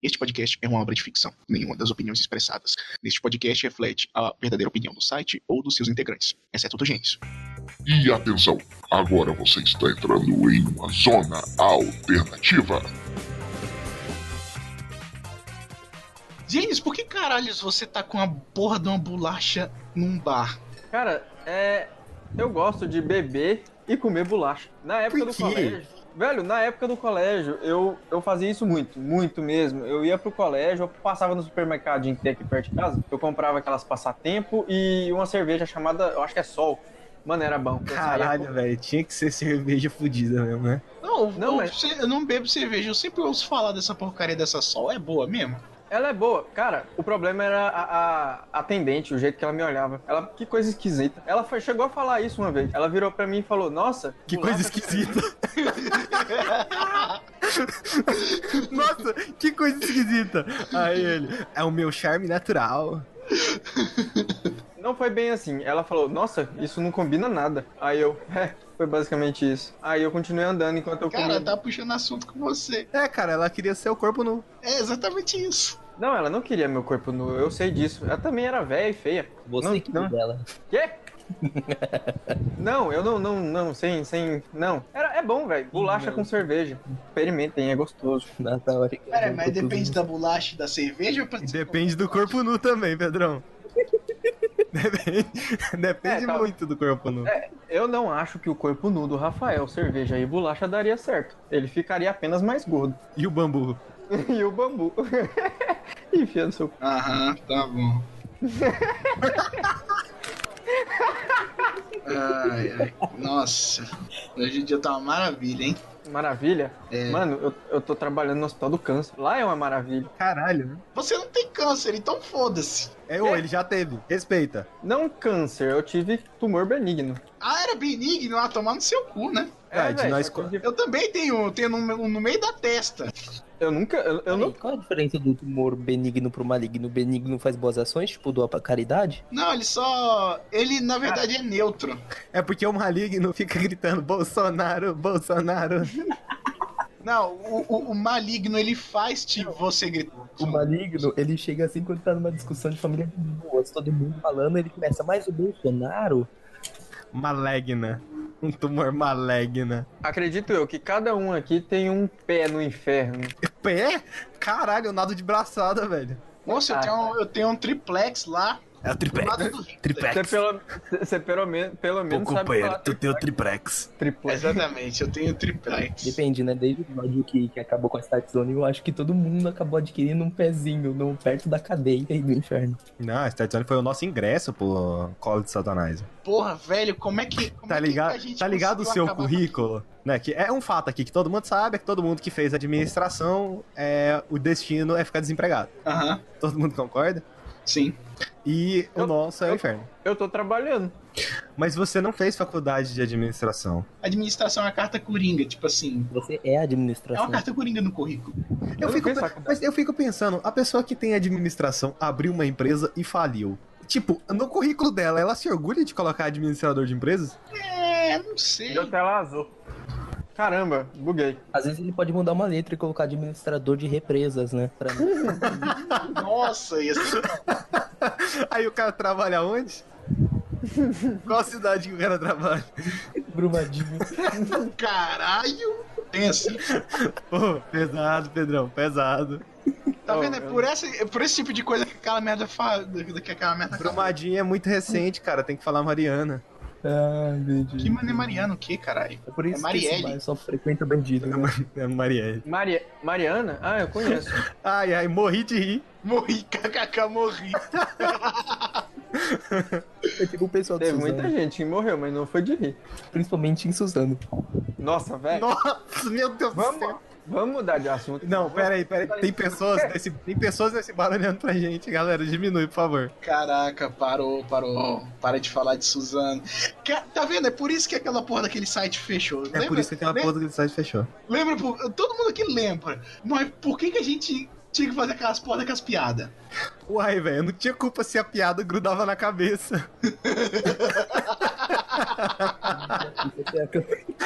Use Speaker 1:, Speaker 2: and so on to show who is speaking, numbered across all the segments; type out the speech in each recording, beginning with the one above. Speaker 1: Este podcast é uma obra de ficção. Nenhuma das opiniões expressadas neste podcast reflete a verdadeira opinião do site ou dos seus integrantes, exceto do Gênesis.
Speaker 2: E atenção, agora você está entrando em uma zona alternativa.
Speaker 1: Gênesis, por que caralhos você tá com a porra de uma bolacha num bar?
Speaker 3: Cara, é. Eu gosto de beber e comer bolacha. Na época
Speaker 1: Por
Speaker 3: do
Speaker 1: quê?
Speaker 3: colégio. Velho, na época do colégio, eu, eu fazia isso muito, muito mesmo. Eu ia pro colégio, eu passava no supermercadinho que tem aqui perto de casa, eu comprava aquelas passatempo e uma cerveja chamada, eu acho que é Sol. Mano, era bom. Eu saía
Speaker 4: Caralho, velho, tinha que ser cerveja fodida mesmo, né?
Speaker 1: Não,
Speaker 3: Não,
Speaker 1: eu,
Speaker 3: mas-
Speaker 1: eu não bebo cerveja, eu sempre ouço falar dessa porcaria dessa sol. É boa mesmo?
Speaker 3: Ela é boa. Cara, o problema era a, a- a atendente, o jeito que ela me olhava. Ela, que coisa esquisita. Ela foi- chegou a falar isso uma vez. Ela virou pra mim e falou, nossa...
Speaker 4: Que
Speaker 3: bolacha
Speaker 4: coisa esquisita. Nossa, que coisa esquisita. Aí ele, é o meu charme natural.
Speaker 3: Não foi bem assim. Ela falou, nossa, isso não combina nada. Aí eu, é, foi basicamente isso. Aí eu continuei andando enquanto eu
Speaker 1: Cara,
Speaker 3: comia.
Speaker 1: tá puxando assunto com você.
Speaker 4: É, cara, ela queria ser o corpo nu.
Speaker 1: É exatamente isso.
Speaker 3: Não, ela não queria meu corpo nu, eu sei disso. Ela também era velha e feia.
Speaker 5: Você
Speaker 3: Não,
Speaker 5: que
Speaker 3: não.
Speaker 5: dela.
Speaker 3: Quê? não, eu não, não, não, sem, sem, não. Era, é bom, velho. Bolacha com cerveja. Experimentem, é gostoso.
Speaker 5: Na na hora que-
Speaker 1: Pera, mas depende da bolacha e da cerveja? pra-
Speaker 4: Depende do corpo nu também, Pedrão. Depende, depende
Speaker 3: É, tá.
Speaker 4: muito do corpo nu.
Speaker 3: Eu não acho que o corpo nu do Rafael, cerveja e bolacha daria certo. Ele ficaria apenas mais gordo.
Speaker 4: E o bambu?
Speaker 3: e o bambu. Enfia no seu.
Speaker 1: Aham, tá bom. ai, ai. Nossa, hoje em dia tá uma maravilha, hein?
Speaker 3: Maravilha.
Speaker 1: É.
Speaker 3: Mano, eu, eu tô trabalhando no Hospital do Câncer. Lá é uma maravilha.
Speaker 4: Caralho, né?
Speaker 1: Você não tem câncer, então foda-se.
Speaker 4: É, ô, ele já teve. Respeita.
Speaker 3: Não câncer, eu tive tumor benigno.
Speaker 1: Ah, era benigno, ah, tomar no seu cu, né?
Speaker 4: Ah, de
Speaker 3: véi,
Speaker 4: nós
Speaker 3: só
Speaker 4: co-
Speaker 3: que
Speaker 1: Eu também tenho, tenho no, meu- no meio da testa.
Speaker 3: Eu nunca. Eu, eu não.
Speaker 5: Peraí, Qual a diferença do tumor benigno pro maligno? O benigno faz boas ações, tipo doa pra caridade?
Speaker 1: Não, ele só. Ele na verdade é neutro.
Speaker 4: É porque o maligno fica gritando Bolsonaro, Bolsonaro.
Speaker 1: Não, o, o- o maligno ele faz tipo você gritar.
Speaker 5: O maligno, ele chega assim quando tá numa discussão de família de boas, todo mundo falando, ele começa, mas o Bolsonaro
Speaker 4: Maligna. Um tumor maligna.
Speaker 3: Acredito eu que cada um aqui tem um pé no inferno.
Speaker 4: Pé? Caralho, eu nado de braçada, velho.
Speaker 1: Nossa, eu tenho, um- eu tenho um triplex lá
Speaker 4: É o
Speaker 1: do lado
Speaker 4: triplex.
Speaker 1: do Hitler.
Speaker 3: Você
Speaker 4: Triplex.
Speaker 3: pelo, você pelo, men- pelo
Speaker 4: Pô,
Speaker 3: menos sabe
Speaker 4: companheiro,
Speaker 3: falar
Speaker 4: tu tem o triplex.
Speaker 3: triplo.
Speaker 1: Exatamente, eu tenho triplex.
Speaker 5: Depende, né? Desde o episódio que, que acabou com a Start Zone, eu acho que todo mundo acabou adquirindo um pezinho no, perto da cadeia aí do inferno.
Speaker 4: Não, a Startzone foi o nosso ingresso pro Colo de Satanás.
Speaker 1: Porra, velho, como é que. como
Speaker 4: Tá
Speaker 1: é que
Speaker 4: ligado,
Speaker 1: a gente
Speaker 4: tá ligado o
Speaker 1: conseguiu
Speaker 4: seu
Speaker 1: acabar com-
Speaker 4: currículo? Né, que é um fato aqui que todo mundo sabe, é que todo mundo que fez administração, é, o destino é ficar desempregado.
Speaker 1: Aham,
Speaker 4: Todo mundo concorda?
Speaker 1: sim.
Speaker 4: E o
Speaker 3: Eu-
Speaker 4: nosso é o
Speaker 3: eu-
Speaker 4: inferno.
Speaker 3: Eu tô trabalhando.
Speaker 4: Mas você não fez faculdade de administração.
Speaker 1: Administração é uma carta coringa, tipo assim.
Speaker 5: Você é a
Speaker 1: É
Speaker 5: administração.
Speaker 1: uma carta coringa no currículo.
Speaker 4: Eu
Speaker 3: não
Speaker 4: fico,
Speaker 3: fiz faculdade.
Speaker 4: mas eu fico pensando, a pessoa que tem administração abriu uma empresa e faliu. Tipo, no currículo dela, ela se orgulha de colocar administrador de empresas?
Speaker 1: É, não sei.
Speaker 3: Deu tela azul. Caramba, buguei.
Speaker 5: Às vezes ele pode mudar uma letra e colocar administrador de represas, né? Pra-
Speaker 1: Nossa, ia ser
Speaker 4: Aí o cara trabalha onde? Qual cidade que o cara trabalha?
Speaker 5: Brumadinho.
Speaker 1: um caralho. assim. Pensa.
Speaker 4: Pô, pesado, Pedrão, pesado.
Speaker 1: Tá
Speaker 3: Não,
Speaker 4: Oh,
Speaker 1: vendo? É
Speaker 3: eu-
Speaker 1: por, essa, é por esse tipo de coisa que aquela merda fala. Que aquela merda fala.
Speaker 4: Brumadinho é muito recente, cara, tem que falar Mariana.
Speaker 5: ah, entendi.
Speaker 1: Que mano é Mariano, o que, caralho?
Speaker 5: É por isso
Speaker 1: É
Speaker 5: que esse
Speaker 1: Marielle.
Speaker 5: bairro só frequenta bandido. né?
Speaker 4: É Marielle.
Speaker 3: Maria... Mariana? Ah, eu conheço.
Speaker 4: Ai, ai, morri de rir.
Speaker 1: Morri, kkk, morri.
Speaker 5: É tipo o pessoal de
Speaker 3: Teve
Speaker 5: Suzano.
Speaker 3: muita gente que morreu, mas não foi de rir.
Speaker 5: Principalmente em Suzano.
Speaker 3: Nossa, velho.
Speaker 4: Nossa, meu Deus do
Speaker 3: Vamos,
Speaker 4: céu.
Speaker 3: vamos mudar de assunto.
Speaker 4: Não, peraí, peraí. Tem pessoas, nesse, tem pessoas nesse bar olhando pra gente, galera. Diminui, por favor.
Speaker 1: Caraca, parou, parou. Para de falar de Suzano. Oh. Ca- Tá vendo? É por isso que aquela porra daquele site fechou.
Speaker 4: É por isso que aquela
Speaker 1: lembra,
Speaker 4: porra do site fechou.
Speaker 1: Lembra, por- todo mundo aqui lembra. Mas por que, que a gente tinha que fazer aquelas porra daquelas piadas?
Speaker 4: Uai, velho, não tinha culpa se a piada grudava na cabeça.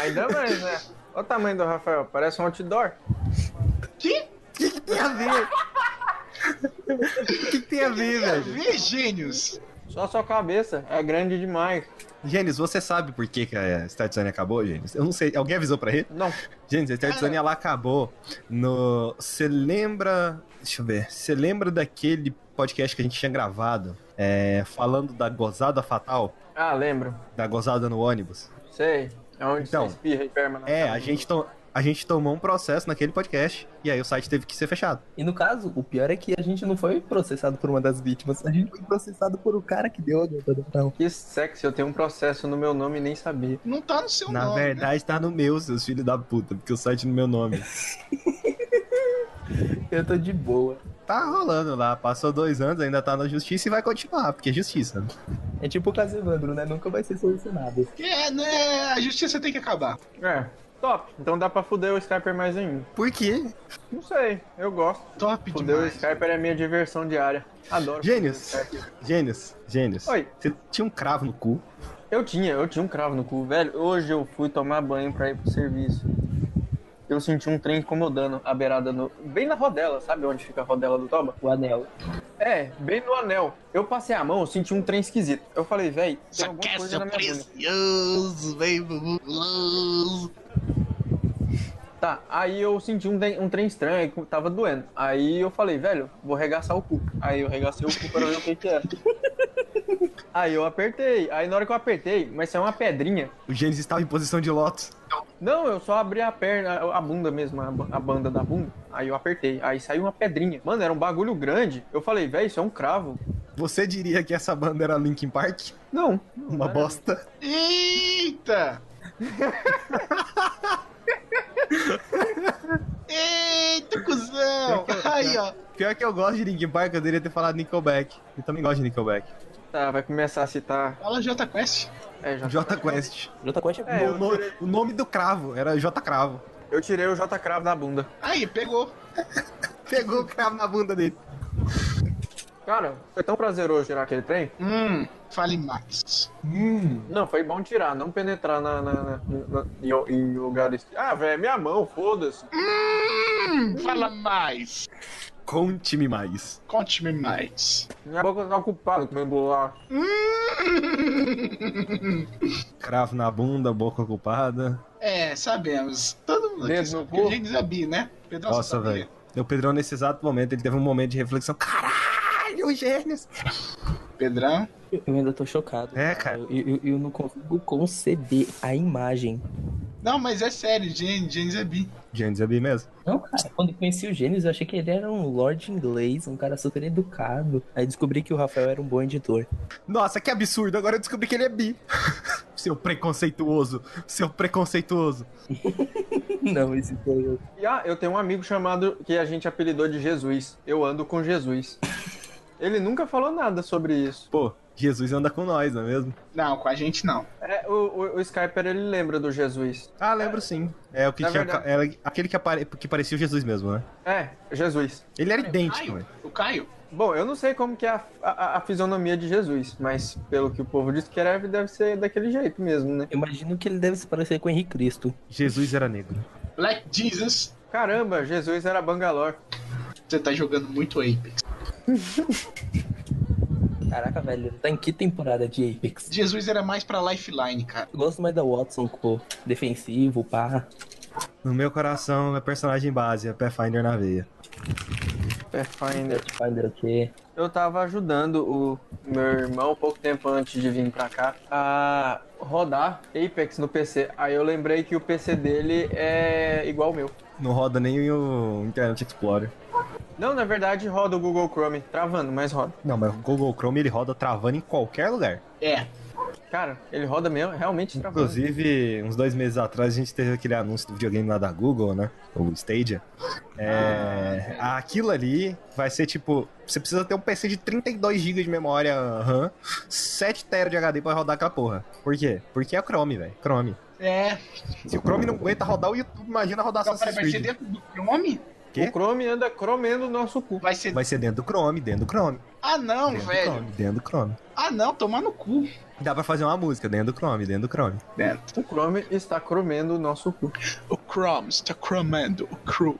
Speaker 3: Ainda mais, né? Olha o tamanho do Rafael, parece um outdoor.
Speaker 1: Que?
Speaker 4: Que tem a ver? O que, que tem a ver, velho?
Speaker 1: Vê, gênios!
Speaker 3: Só sua cabeça é grande demais.
Speaker 4: Gênesis, você sabe por que, que a Startzone acabou, Gênesis? Eu não sei. Alguém avisou pra ele?
Speaker 3: Não,
Speaker 4: Gênesis, a Startzone ela acabou no. Você lembra. Deixa eu ver. Você lembra daquele podcast que a gente tinha gravado? é, falando da gozada fatal?
Speaker 3: ah, lembro.
Speaker 4: Da gozada no ônibus?
Speaker 3: Sei. É onde
Speaker 4: Então,
Speaker 3: você espirra e perma na
Speaker 4: É,
Speaker 3: cara.
Speaker 4: a gente, to- a gente tomou um processo naquele podcast e aí o site teve que ser fechado.
Speaker 5: E no caso, o pior é que a gente não foi processado por uma das vítimas, a gente foi processado por o cara que deu a gota pra
Speaker 3: Que sexy, eu tenho um processo no meu nome e nem sabia.
Speaker 1: Não tá no seu
Speaker 4: Na
Speaker 1: nome. né?
Speaker 4: verdade, tá no meu, seus filhos da puta, porque o site é no meu nome.
Speaker 5: Eu tô de boa.
Speaker 4: Tá rolando lá, passou dois anos, ainda tá na justiça e vai continuar, porque é justiça. né?
Speaker 5: É tipo o caso Evandro, né? Nunca vai ser solucionado.
Speaker 1: É, né? A justiça tem que acabar.
Speaker 3: É, top. Então dá pra fuder o Skyper mais ainda.
Speaker 4: Por quê?
Speaker 3: Não sei, eu gosto.
Speaker 1: Top
Speaker 3: Fuder o
Speaker 1: demais.
Speaker 3: Skyper é minha diversão diária. Adoro.
Speaker 4: Gênios,
Speaker 3: fuder o Skyper.
Speaker 4: gênios, gênios.
Speaker 3: Oi.
Speaker 4: Você tinha um cravo no cu.
Speaker 3: Eu tinha, eu tinha um cravo no cu, velho. Hoje eu fui tomar banho pra ir pro serviço. Eu senti um trem incomodando a beirada no. Bem na rodela, sabe onde fica a rodela do Toba?
Speaker 5: O anel.
Speaker 3: É, bem no anel. Eu passei a mão, eu senti um trem esquisito. Eu falei, velho, tem
Speaker 1: Isso que
Speaker 3: alguma
Speaker 1: é
Speaker 3: coisa na
Speaker 1: seu
Speaker 3: minha bunda.
Speaker 1: precioso, bem bubuloso.
Speaker 3: Tá, aí eu senti um, trem- um trem estranho, aí que tava doendo. Aí eu falei, velho, vou regaçar o cu. Aí eu regacei o cu pra ver o que que era. aí eu apertei. Aí na hora que eu apertei, mas saiu uma pedrinha.
Speaker 4: O Gênesis estava em posição de lotus.
Speaker 3: Não, eu só abri a perna, a bunda mesmo, a, ba- a banda da bunda. Aí eu apertei. Aí saiu uma pedrinha. Mano, era um bagulho grande. Eu falei, velho, isso é um cravo.
Speaker 4: Você diria que essa banda era Linkin Park?
Speaker 3: Não. não
Speaker 4: Uma
Speaker 3: era.
Speaker 4: bosta.
Speaker 1: Eita! Eita, cuzão! Aí, ó.
Speaker 4: Pior que eu gosto de Linkin Park, eu deveria ter falado Nickelback. Eu também gosto de Nickelback.
Speaker 3: Tá, vai começar a citar.
Speaker 1: Fala Jota Quest.
Speaker 3: É, já.
Speaker 4: J Quest.
Speaker 5: Jota Quest é,
Speaker 3: É,
Speaker 4: o,
Speaker 3: eu
Speaker 4: no-
Speaker 3: tirei-
Speaker 4: o nome do cravo era J Cravo.
Speaker 3: Eu tirei o J cravo da bunda.
Speaker 1: Aí, pegou.
Speaker 4: Pegou o cravo na bunda dele.
Speaker 3: Cara, foi tão prazeroso tirar aquele trem.
Speaker 1: Hum, fale mais.
Speaker 3: Não, foi bom tirar, não penetrar na, na- na- na- em, em lugares. Ah, velho, minha mão, foda-se.
Speaker 1: Hum, fala mais.
Speaker 4: Conte-me mais.
Speaker 1: Conte-me mais.
Speaker 3: Minha boca tá ocupada comendo lá.
Speaker 4: Cravo na bunda, boca ocupada.
Speaker 1: É, sabemos. Todo mundo
Speaker 3: Dedo
Speaker 1: aqui
Speaker 3: no
Speaker 1: sabe
Speaker 3: cu.
Speaker 1: que o Gênesis é bi, né? Pedro
Speaker 4: Nossa, tá velho. O Pedrão, nesse exato momento, ele teve um momento de reflexão. Caralho, gênios!
Speaker 1: é. Pedrão.
Speaker 5: Eu eu ainda tô chocado.
Speaker 4: É, cara.
Speaker 5: Eu, eu- eu não consigo conceber a imagem.
Speaker 1: Não, mas é sério, Gênesis, Gênesis é bi.
Speaker 4: Gênios é bi mesmo.
Speaker 5: Não, cara, quando eu conheci o Gênesis, eu achei que ele era um lord inglês, um cara super educado. Aí descobri que o Rafael era um bom editor.
Speaker 4: Nossa, que absurdo! Agora eu descobri que ele é bi. seu preconceituoso, seu preconceituoso.
Speaker 5: Não, esse foi eu.
Speaker 3: E ah, eu tenho um amigo chamado que a gente apelidou de Jesus. Eu ando com Jesus. Ele nunca falou nada sobre isso.
Speaker 4: Pô, Jesus anda com nós, não é mesmo?
Speaker 1: Não, com a gente não.
Speaker 3: É, o, o, o Skyper ele lembra do Jesus.
Speaker 4: Ah, lembro sim. É o que
Speaker 3: Na
Speaker 4: tinha.
Speaker 3: verdade-
Speaker 4: Era aquele que, apare... que parecia o Jesus mesmo, né?
Speaker 3: É, Jesus.
Speaker 4: Ele era
Speaker 1: Caio?
Speaker 4: idêntico, velho.
Speaker 1: O Caio?
Speaker 3: Bom, eu não sei como que é a, a, a fisionomia de Jesus, mas pelo que o povo descreve, deve ser daquele jeito mesmo, né?
Speaker 5: Eu Imagino que ele deve se parecer com o Henrique Cristo.
Speaker 4: Jesus era negro.
Speaker 1: Black Jesus.
Speaker 3: Caramba, Jesus era Bangalore.
Speaker 1: Você tá jogando muito Apex.
Speaker 5: Caraca, velho, tá em que temporada de Apex?
Speaker 1: Jesus era mais pra Lifeline, cara.
Speaker 5: Eu gosto mais da Watson, pô. Defensivo, pá.
Speaker 4: No meu coração, é personagem base, é Pathfinder na veia.
Speaker 3: É, Pathfinder.
Speaker 5: Pathfinder, tipo, o quê?
Speaker 3: Eu tava ajudando o meu irmão um pouco tempo antes de vir pra cá a rodar Apex no PC. Aí eu lembrei que o PC dele é igual ao meu.
Speaker 4: Não roda nem o Internet Explorer.
Speaker 3: Não, na verdade roda o Google Chrome, travando, mas roda.
Speaker 4: Não, mas o Google Chrome ele roda travando em qualquer lugar.
Speaker 1: É.
Speaker 3: Cara, ele roda mesmo, realmente travando.
Speaker 4: Inclusive, uns dois meses atrás a gente teve aquele anúncio do videogame lá da Google, né? O Stadia. É,
Speaker 1: Ah,
Speaker 4: aquilo ali vai ser tipo: você precisa ter um PC de 32GB de memória RAM, 7TB de HD pra rodar aquela porra. Por quê? Porque é o Chrome, velho. Chrome.
Speaker 1: É.
Speaker 4: Se o Chrome não aguenta rodar o YouTube, imagina rodar
Speaker 1: Agora
Speaker 4: Assassin's
Speaker 1: vai ser
Speaker 4: Creed.
Speaker 1: dentro do Chrome?
Speaker 4: Quê?
Speaker 3: O Chrome anda cromeando o nosso cu.
Speaker 1: Vai ser.
Speaker 4: Vai ser dentro do Chrome, dentro do Chrome.
Speaker 1: Ah, não,
Speaker 4: Dentro do
Speaker 1: velho.
Speaker 4: Chrome, dentro do Chrome.
Speaker 1: Ah, não, tomar no cu.
Speaker 4: Dá pra fazer uma música dentro do Chrome, dentro do Chrome.
Speaker 1: Né?
Speaker 3: O Chrome está cromeando o nosso cu.
Speaker 1: O Chrome está cromando o Cru.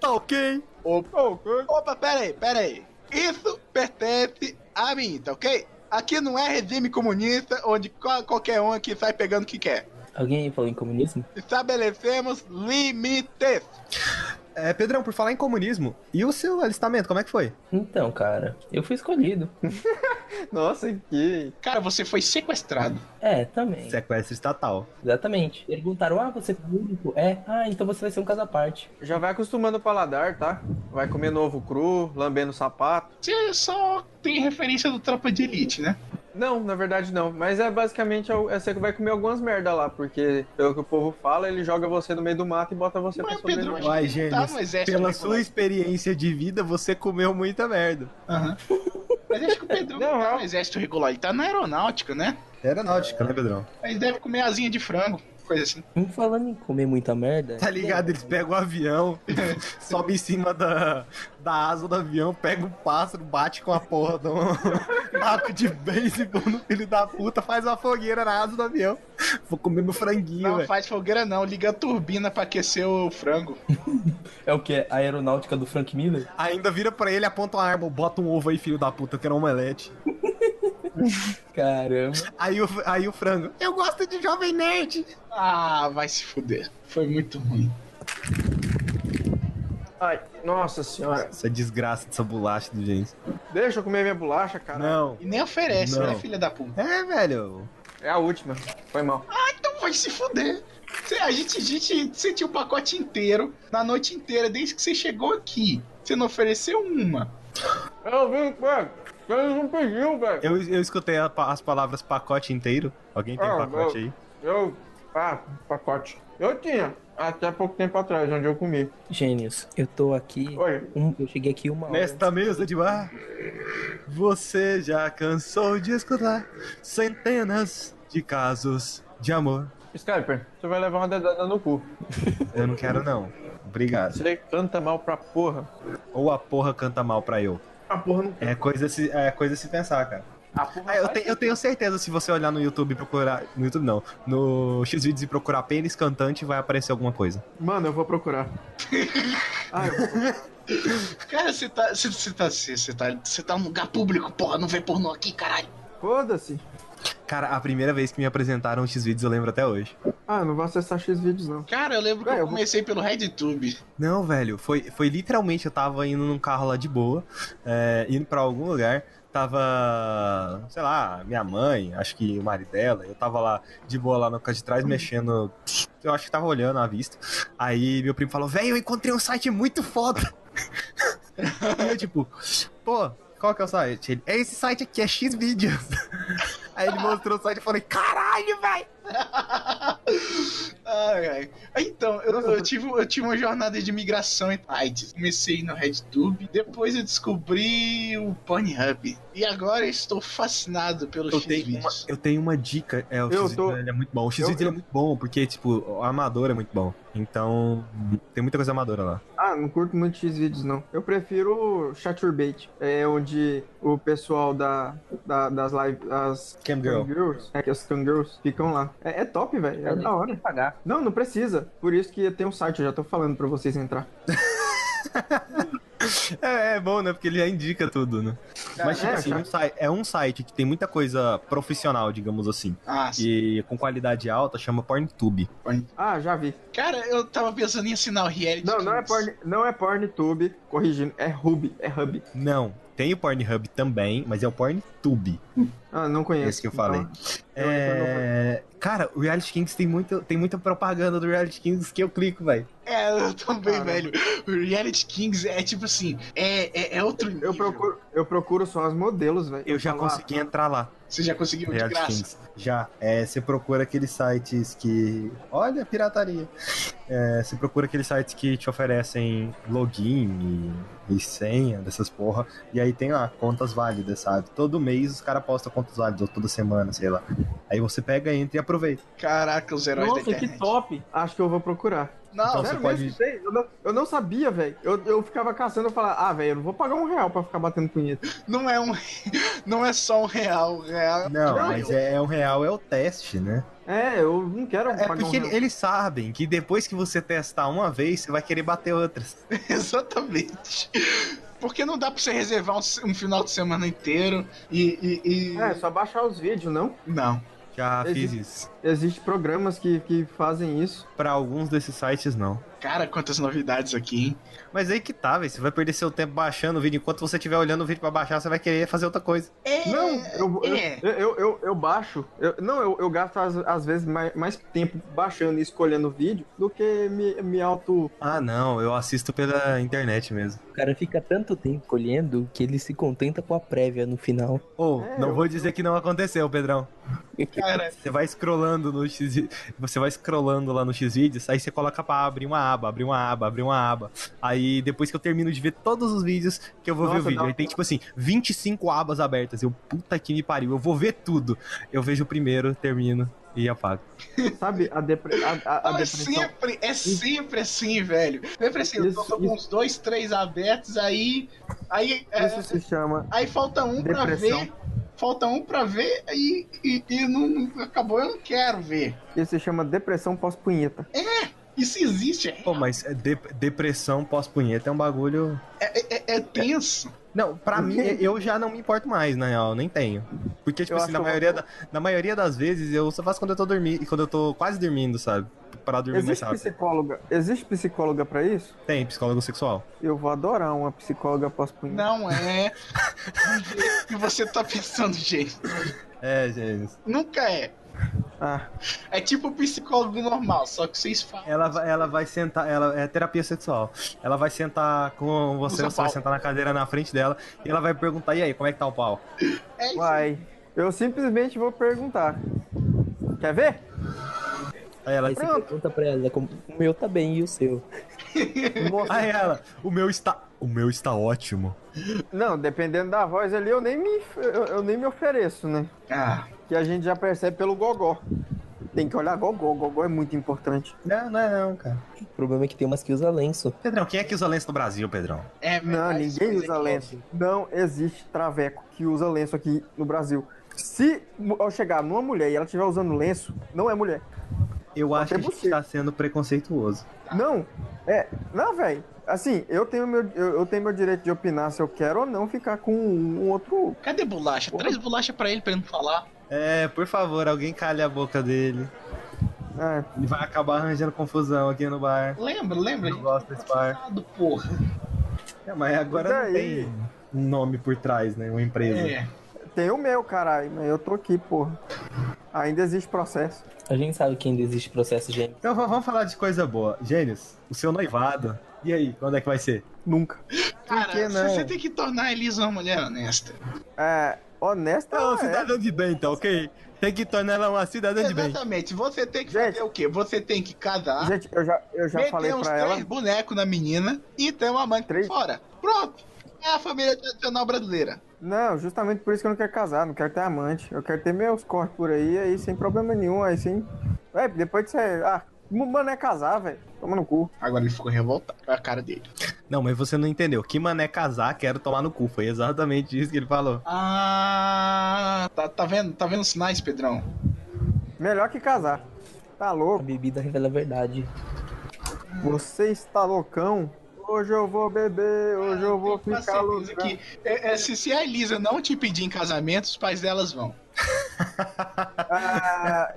Speaker 4: Tá ok.
Speaker 1: Opa, opa, peraí, peraí. Isso pertence a mim, tá ok? Aqui não é regime comunista onde qual- qualquer um aqui sai pegando o que quer.
Speaker 5: Alguém falou em comunismo?
Speaker 1: Estabelecemos limites.
Speaker 4: É, Pedrão, por falar em comunismo, e o seu alistamento, como é que foi?
Speaker 5: Então, cara, eu fui escolhido.
Speaker 3: Nossa, que.
Speaker 1: Cara, você foi sequestrado.
Speaker 5: É, também.
Speaker 4: Sequestro estatal.
Speaker 5: Exatamente. Perguntaram, ah, você é único? É. Ah, então você vai ser um caso à parte.
Speaker 3: Já vai acostumando o paladar, tá? Vai comer novo cru, lambendo sapato.
Speaker 1: Você só tem referência do Tropa de Elite, né?
Speaker 3: Não, na verdade não. Mas é basicamente é o- é você que vai comer algumas merda lá, porque pelo que o povo fala, ele joga você no meio do mato e bota você
Speaker 1: Mas
Speaker 3: pra
Speaker 1: o Pedrão
Speaker 3: sobreviver.
Speaker 1: acho
Speaker 4: Vai,
Speaker 1: que não tá
Speaker 4: gêmeos.
Speaker 1: no exército.
Speaker 4: Pela
Speaker 1: regular.
Speaker 4: sua experiência de vida, você comeu muita merda.
Speaker 1: Aham. Mas acho que o Pedrão não,
Speaker 3: Não,
Speaker 1: tá
Speaker 3: não.
Speaker 1: no exército regular, ele tá na aeronáutica, né?
Speaker 4: Aeronáutica, né, Pedrão?
Speaker 1: Ele deve comer asinha de frango, coisa assim.
Speaker 5: Não Hum, falando em comer muita merda.
Speaker 4: Tá ligado? Eles pegam o avião, sobe em cima da, da asa do avião, pega o pássaro, bate com a porra do taco de beisebol no filho da puta, faz uma fogueira na asa do avião. Vou comer meu franguinho,
Speaker 1: Não
Speaker 4: velho.
Speaker 1: faz fogueira não, liga a turbina pra aquecer o frango.
Speaker 5: É o que? A aeronáutica do Frank Miller?
Speaker 4: Ainda vira pra ele, aponta uma arma, bota um ovo aí, filho da puta, eu quero um omelete.
Speaker 5: Caramba.
Speaker 4: Aí o, aí o frango, eu gosto de Jovem Nerd.
Speaker 1: Ah, vai se fuder. Foi muito ruim.
Speaker 3: Ai, nossa senhora.
Speaker 4: Essa desgraça dessa bolacha do James.
Speaker 3: Deixa eu comer minha bolacha, cara.
Speaker 4: Não.
Speaker 1: E nem oferece,
Speaker 4: Não.
Speaker 1: né, filha da puta?
Speaker 4: É, velho.
Speaker 3: É a última. Foi mal.
Speaker 1: Então vai se fuder. Cê- A gente, a gente sentiu o pacote inteiro, na noite inteira, desde que você chegou aqui. Você não ofereceu uma.
Speaker 3: Eu vi um pego. Ele não pediu, velho.
Speaker 4: Eu, eu escutei a pa- as palavras pacote inteiro. Alguém tem
Speaker 3: Ah,
Speaker 4: pacote aí?
Speaker 3: Eu. Ah, pacote. Eu tinha. Até pouco tempo atrás, onde eu comi.
Speaker 5: Gênios, eu tô aqui.
Speaker 3: Oi.
Speaker 5: um- eu cheguei aqui uma hora.
Speaker 4: Nesta mesa de bar, você já cansou de escutar centenas de casos de amor.
Speaker 3: Skyper, você vai levar uma dedada no cu.
Speaker 4: Eu não quero, não. Obrigado.
Speaker 3: Você canta mal pra porra.
Speaker 4: Ou a porra canta mal pra eu.
Speaker 3: A porra não.
Speaker 4: É coisa se, é coisa se pensar, cara.
Speaker 3: A porra
Speaker 4: Ah, eu, te- eu tenho certeza, se você olhar no YouTube e procurar. No YouTube não. No Xvideos e procurar pênis cantante, vai aparecer alguma coisa.
Speaker 3: Mano, eu vou procurar. ah, eu vou...
Speaker 1: Cara, você tá. Você você tá. Você você tá. Você tá num lugar público, porra, não vê pornô aqui, caralho.
Speaker 3: Foda-se.
Speaker 4: Cara, a primeira vez que me apresentaram o Xvideos eu lembro até hoje.
Speaker 3: Ah, eu não vou acessar X vídeos, não.
Speaker 1: Cara, eu lembro que
Speaker 3: Ué,
Speaker 1: eu
Speaker 3: eu vou-
Speaker 1: comecei pelo RedTube.
Speaker 4: Não, velho, foi, foi literalmente, eu tava indo num carro lá de boa, é, indo pra algum lugar, tava, sei lá, minha mãe, acho que o marido dela, eu tava lá de boa lá no carro de trás, mexendo, eu acho que tava olhando à vista, aí meu primo falou, velho, eu encontrei um site muito foda, e eu tipo, pô, qual que é o site? Ele, é esse site aqui, é Xvideos, aí ele mostrou o site e falei, caralho, velho!
Speaker 1: Ai, ai. Então, eu, eu tive, eu tive uma jornada de migração em sites. Comecei no RedTube, depois eu descobri o Pornhub. E agora eu estou fascinado pelo
Speaker 4: Eu tenho, uma,
Speaker 1: Xvideos.
Speaker 4: eu tenho uma dica. É, o
Speaker 3: Eu
Speaker 4: X
Speaker 3: tô-
Speaker 4: ele é muito bom. O X
Speaker 3: Eu-
Speaker 4: ele é muito bom, porque, tipo, o amador é muito bom. Então, tem muita coisa amadora lá.
Speaker 3: Ah, não curto muito X vídeos, não. Eu prefiro o Chaturbate. É onde o pessoal da, da- das lives. As
Speaker 4: Cam Girl.
Speaker 3: Girls. É que as Cam Girls ficam lá. É, é top, velho. É da hora.
Speaker 5: pagar.
Speaker 3: Não, não precisa. Por isso que tem um site, eu já tô falando pra vocês entrar.
Speaker 4: É, é bom, né? Porque ele já indica tudo, né? Mas, tipo
Speaker 3: é,
Speaker 4: assim,
Speaker 3: cara.
Speaker 4: um site- é um site que tem muita coisa profissional, digamos assim.
Speaker 1: Ah, sim.
Speaker 4: E com qualidade alta, chama PornTube.
Speaker 3: Ah, já vi.
Speaker 1: Cara, eu tava pensando em assinar o reality.
Speaker 3: Não, não é,
Speaker 1: Kings.
Speaker 3: porn, não é PornTube, corrigindo. É Ruby, é Hub.
Speaker 4: Não, tem o Pornhub também, mas é o PornTube.
Speaker 3: Ah, não conheço.
Speaker 4: Esse que eu falei.
Speaker 3: Então, eu
Speaker 4: É... Cara, o Reality Kings tem, muito, tem muita propaganda do Reality Kings que eu clico, velho.
Speaker 1: É, eu também,
Speaker 3: Caramba.
Speaker 1: velho. O Reality Kings é tipo assim, é, é, é outro nível.
Speaker 3: eu procuro, eu procuro só os modelos, velho.
Speaker 4: Eu já
Speaker 3: falo, ah,
Speaker 4: consegui entrar lá.
Speaker 1: Você já conseguiu de
Speaker 4: Reality
Speaker 1: graça.
Speaker 4: Kings. Já. É, você procura aqueles sites que. Olha, pirataria! É, você procura aqueles sites que te oferecem login e, e senha dessas porra. E aí tem lá contas válidas, sabe? Todo mês os caras postam contas válidas, ou toda semana, sei lá. Aí você pega, entra e aproveita.
Speaker 1: Caraca, os heróis da
Speaker 5: Nossa, que
Speaker 1: internet.
Speaker 5: top!
Speaker 3: Acho que eu vou procurar.
Speaker 1: Não,
Speaker 4: Então- você
Speaker 3: Sério
Speaker 4: pode-
Speaker 3: mesmo, sei. eu, não, eu não sabia, velho. Eu, eu ficava caçando, eu falava, ah, velho, eu não vou pagar um real pra ficar batendo punheta.
Speaker 1: não é um. Não é só um real. real
Speaker 4: Não, mas é, é um real, é o teste, né?
Speaker 3: É, eu não quero
Speaker 4: É
Speaker 3: pagar um
Speaker 4: porque
Speaker 3: real.
Speaker 4: eles sabem que depois que você testar uma vez, você vai querer bater outras.
Speaker 1: Exatamente. Porque não dá pra você reservar um, um final de semana inteiro e. e- e-
Speaker 3: É, só baixar os vídeos, não?
Speaker 1: Não.
Speaker 4: Já fiz
Speaker 3: Existe-
Speaker 4: isso.
Speaker 3: Existem programas que, que fazem isso.
Speaker 4: Pra alguns desses sites, não.
Speaker 1: Cara, quantas novidades aqui, hein?
Speaker 4: Mas aí que tá, velho. Você vai perder seu tempo baixando o vídeo. Enquanto você estiver olhando o vídeo pra baixar, você vai querer fazer outra coisa.
Speaker 1: É,
Speaker 3: Não, eu, eu,
Speaker 1: é.
Speaker 3: eu, eu, eu- eu baixo. Eu- não, eu, eu gasto às, às vezes mais, mais tempo baixando e escolhendo o vídeo do que me, me auto.
Speaker 4: Ah, não. Eu assisto pela internet mesmo.
Speaker 5: O cara fica tanto tempo colhendo que ele se contenta com a prévia no final.
Speaker 4: Ou,
Speaker 3: É,
Speaker 4: não
Speaker 3: eu-
Speaker 4: vou dizer que não aconteceu, Pedrão.
Speaker 1: Cara,
Speaker 4: Você vai scrollando no X. Você vai scrollando lá no Xvideos, aí você coloca pra abrir uma aba, abrir uma aba, abrir uma aba. Aí depois que eu termino de ver todos os vídeos, que eu vou ver
Speaker 3: Nossa,
Speaker 4: o vídeo.
Speaker 3: dá-
Speaker 4: Aí tem tipo assim, 25 abas abertas. Eu, puta que me pariu, eu vou ver tudo. Eu vejo o primeiro, termino e apago.
Speaker 3: Sabe? A, depre, a, a- a
Speaker 1: não, é
Speaker 3: depressão.
Speaker 1: sempre, é sempre assim, velho. Sempre assim, eu tô
Speaker 3: Isso,
Speaker 1: com uns dois, três abertos, aí. Aí, é,
Speaker 3: Isso se chama.
Speaker 1: aí falta um
Speaker 3: Depressão.
Speaker 1: pra ver. Falta um pra ver e, e, e não acabou, eu não quero ver.
Speaker 3: Isso se chama depressão pós-punheta.
Speaker 1: Isso existe, é,
Speaker 4: Pô, mas é de- depressão pós-punheta é um bagulho.
Speaker 1: é, é- é tenso.
Speaker 4: Não, pra mim, eu já não me importo mais, na real, nem tenho. Porque, tipo
Speaker 3: Eu
Speaker 4: assim, na
Speaker 3: acho-
Speaker 4: maioria, da- na maioria das vezes eu só faço quando eu tô dormindo, quando eu tô quase dormindo, sabe? Pra dormir mais
Speaker 3: Existe
Speaker 4: rápido.
Speaker 3: psicóloga. Existe psicóloga pra isso?
Speaker 4: Tem psicólogo sexual.
Speaker 3: Eu vou adorar uma psicóloga pós-punheta.
Speaker 1: Não é. O que você tá pensando, gente?
Speaker 4: É, gente.
Speaker 1: Nunca é.
Speaker 3: Ah,
Speaker 1: É tipo o psicólogo normal, só que vocês falam.
Speaker 4: Ela, vai- ela vai sentar, ela é terapia sexual. Ela vai sentar com você,
Speaker 1: Usa
Speaker 4: você vai
Speaker 1: pau.
Speaker 4: sentar na cadeira na frente dela e ela vai perguntar: e aí, como é que tá o pau?
Speaker 1: É isso.
Speaker 3: vai. Eu simplesmente vou perguntar. Quer ver?
Speaker 4: Aí ela,
Speaker 5: Aí você pergunta pra ela como o meu tá bem e o seu.
Speaker 4: aí ela, o meu está, o meu está ótimo.
Speaker 3: Não, dependendo da voz ali, eu nem me, eu, eu nem me ofereço, né?
Speaker 1: Ah,
Speaker 3: Que a gente já percebe pelo gogó. Tem que olhar gogó, gogó é muito importante.
Speaker 4: Não, não é não, cara.
Speaker 5: O problema é que tem umas que usa lenço.
Speaker 4: Pedrão, quem é que usa lenço no Brasil, Pedrão?
Speaker 1: é
Speaker 3: Não,
Speaker 1: verdade,
Speaker 3: ninguém
Speaker 1: mas é
Speaker 3: usa
Speaker 1: que-
Speaker 3: lenço. Não existe traveco que usa lenço aqui no Brasil. Se mu- eu chegar numa mulher e ela estiver usando lenço, não é mulher.
Speaker 4: Eu acho que a gente
Speaker 3: você.
Speaker 4: tá sendo preconceituoso.
Speaker 3: Não, é. Não, velho. Assim, eu tenho, meu, eu, eu tenho meu direito de opinar se eu quero ou não ficar com um, um outro.
Speaker 1: Cadê bolacha? Traz bolacha pra ele pra ele não falar.
Speaker 4: É, por favor, alguém calha a boca dele.
Speaker 3: Ah,
Speaker 4: Ele vai acabar arranjando confusão aqui no bar.
Speaker 1: Lembra, lembra?
Speaker 4: Eu gosto desse bar.
Speaker 1: Passado, porra.
Speaker 4: É, mas agora não
Speaker 3: Daí-
Speaker 4: tem um nome por trás, né? Uma empresa.
Speaker 1: É.
Speaker 3: tem o meu, caralho, mas eu tô aqui, porra. Ainda existe processo.
Speaker 5: A gente sabe que ainda existe processo de
Speaker 4: Então v- vamos falar de coisa boa. Gênios, o seu noivado. E aí, quando é que vai ser?
Speaker 3: Nunca.
Speaker 1: Cara,
Speaker 4: que não?
Speaker 1: você tem que tornar a Elisa uma mulher honesta.
Speaker 3: É, honesta. ela é.
Speaker 4: um de bem, tá ok? Tem que tornar ela uma cidadã
Speaker 1: Exatamente. Você tem que
Speaker 3: Gente.
Speaker 1: fazer o quê? Você tem que casar,
Speaker 3: Gente, eu já, eu já
Speaker 1: meter
Speaker 3: falei
Speaker 1: uns
Speaker 3: pra
Speaker 1: três
Speaker 3: ela.
Speaker 1: bonecos na menina e ter uma mãe por
Speaker 3: Três?
Speaker 1: fora. Pronto. É a família tradicional brasileira.
Speaker 3: Não, justamente por isso que eu não quero casar, não quero ter amante. Eu quero ter meus corpos por aí, aí sem problema nenhum, aí sem. Ué, depois que você. Ah, mano, é casar, velho. Toma no cu.
Speaker 1: Agora ele ficou revoltado. Olha a cara dele.
Speaker 4: Não, mas você não entendeu. Que mané casar, quero tomar no cu. Foi exatamente isso que ele falou.
Speaker 1: Ah, tá, tá vendo? Tá vendo sinais, Pedrão?
Speaker 3: Melhor que casar. Tá
Speaker 5: A
Speaker 3: louco?
Speaker 5: bebida revela a verdade.
Speaker 3: Você está loucão? Hoje eu vou beber, hoje eu vou
Speaker 1: Tenho
Speaker 3: ficar né?
Speaker 1: quase certeza
Speaker 3: loucão.
Speaker 1: que, é, é, se, se a Elisa não te pedir em casamento, os pais delas vão.
Speaker 3: Ah,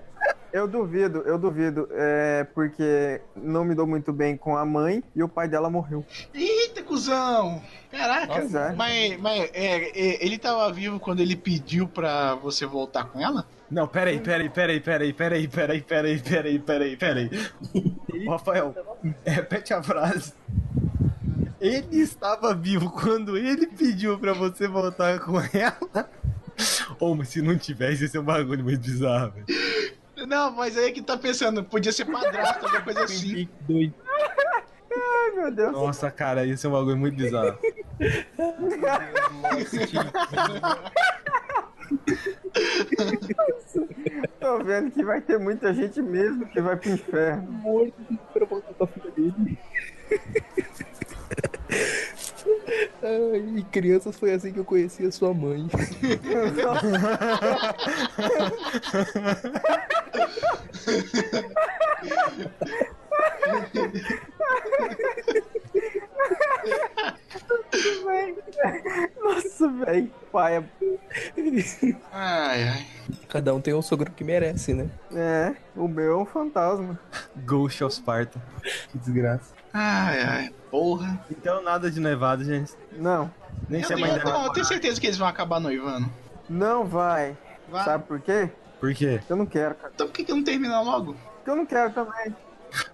Speaker 3: eu duvido, eu duvido. É porque não me dou muito bem com a mãe e o pai dela morreu.
Speaker 1: Eita, cuzão! Caraca!
Speaker 3: Pois é.
Speaker 1: Mas, mas é, é, ele tava vivo quando ele pediu pra você voltar com ela?
Speaker 4: Não, peraí, peraí, peraí, peraí, peraí, peraí, peraí, peraí, peraí, peraí. Ô, Rafael, repete a frase. Ele estava vivo quando ele pediu pra você voltar com ela. Ô, mas se não tivesse, ia ser um bagulho muito bizarro, velho.
Speaker 1: Não, mas aí que tá pensando, podia ser padrasto, alguma coisa assim.
Speaker 4: Que doido.
Speaker 3: Ai, meu Deus.
Speaker 4: Nossa, cara, isso é um bagulho muito bizarro.
Speaker 3: Tô vendo que vai ter muita gente mesmo que vai pro inferno.
Speaker 5: Morto pra voltar com a filha dele. Ai, crianças foi assim que eu conheci a sua mãe.
Speaker 3: Nossa, velho. Pai,
Speaker 1: Ai, ai.
Speaker 5: Cada um tem o sogro que merece, né?
Speaker 3: é. O meu é um fantasma.
Speaker 4: Ghost of Sparta. Que desgraça.
Speaker 1: Ai, ai. Porra.
Speaker 4: Então nada de noivado, gente.
Speaker 3: Não.
Speaker 4: Nem se a
Speaker 1: Eu,
Speaker 4: mãe
Speaker 1: eu,
Speaker 4: dela.
Speaker 1: não, eu tenho certeza que eles vão acabar noivando.
Speaker 3: Não vai.
Speaker 1: Vai.
Speaker 3: Sabe por quê?
Speaker 4: Por quê?
Speaker 3: Eu não quero, cara.
Speaker 1: Então por que, que não termina logo?
Speaker 3: Porque eu não quero também.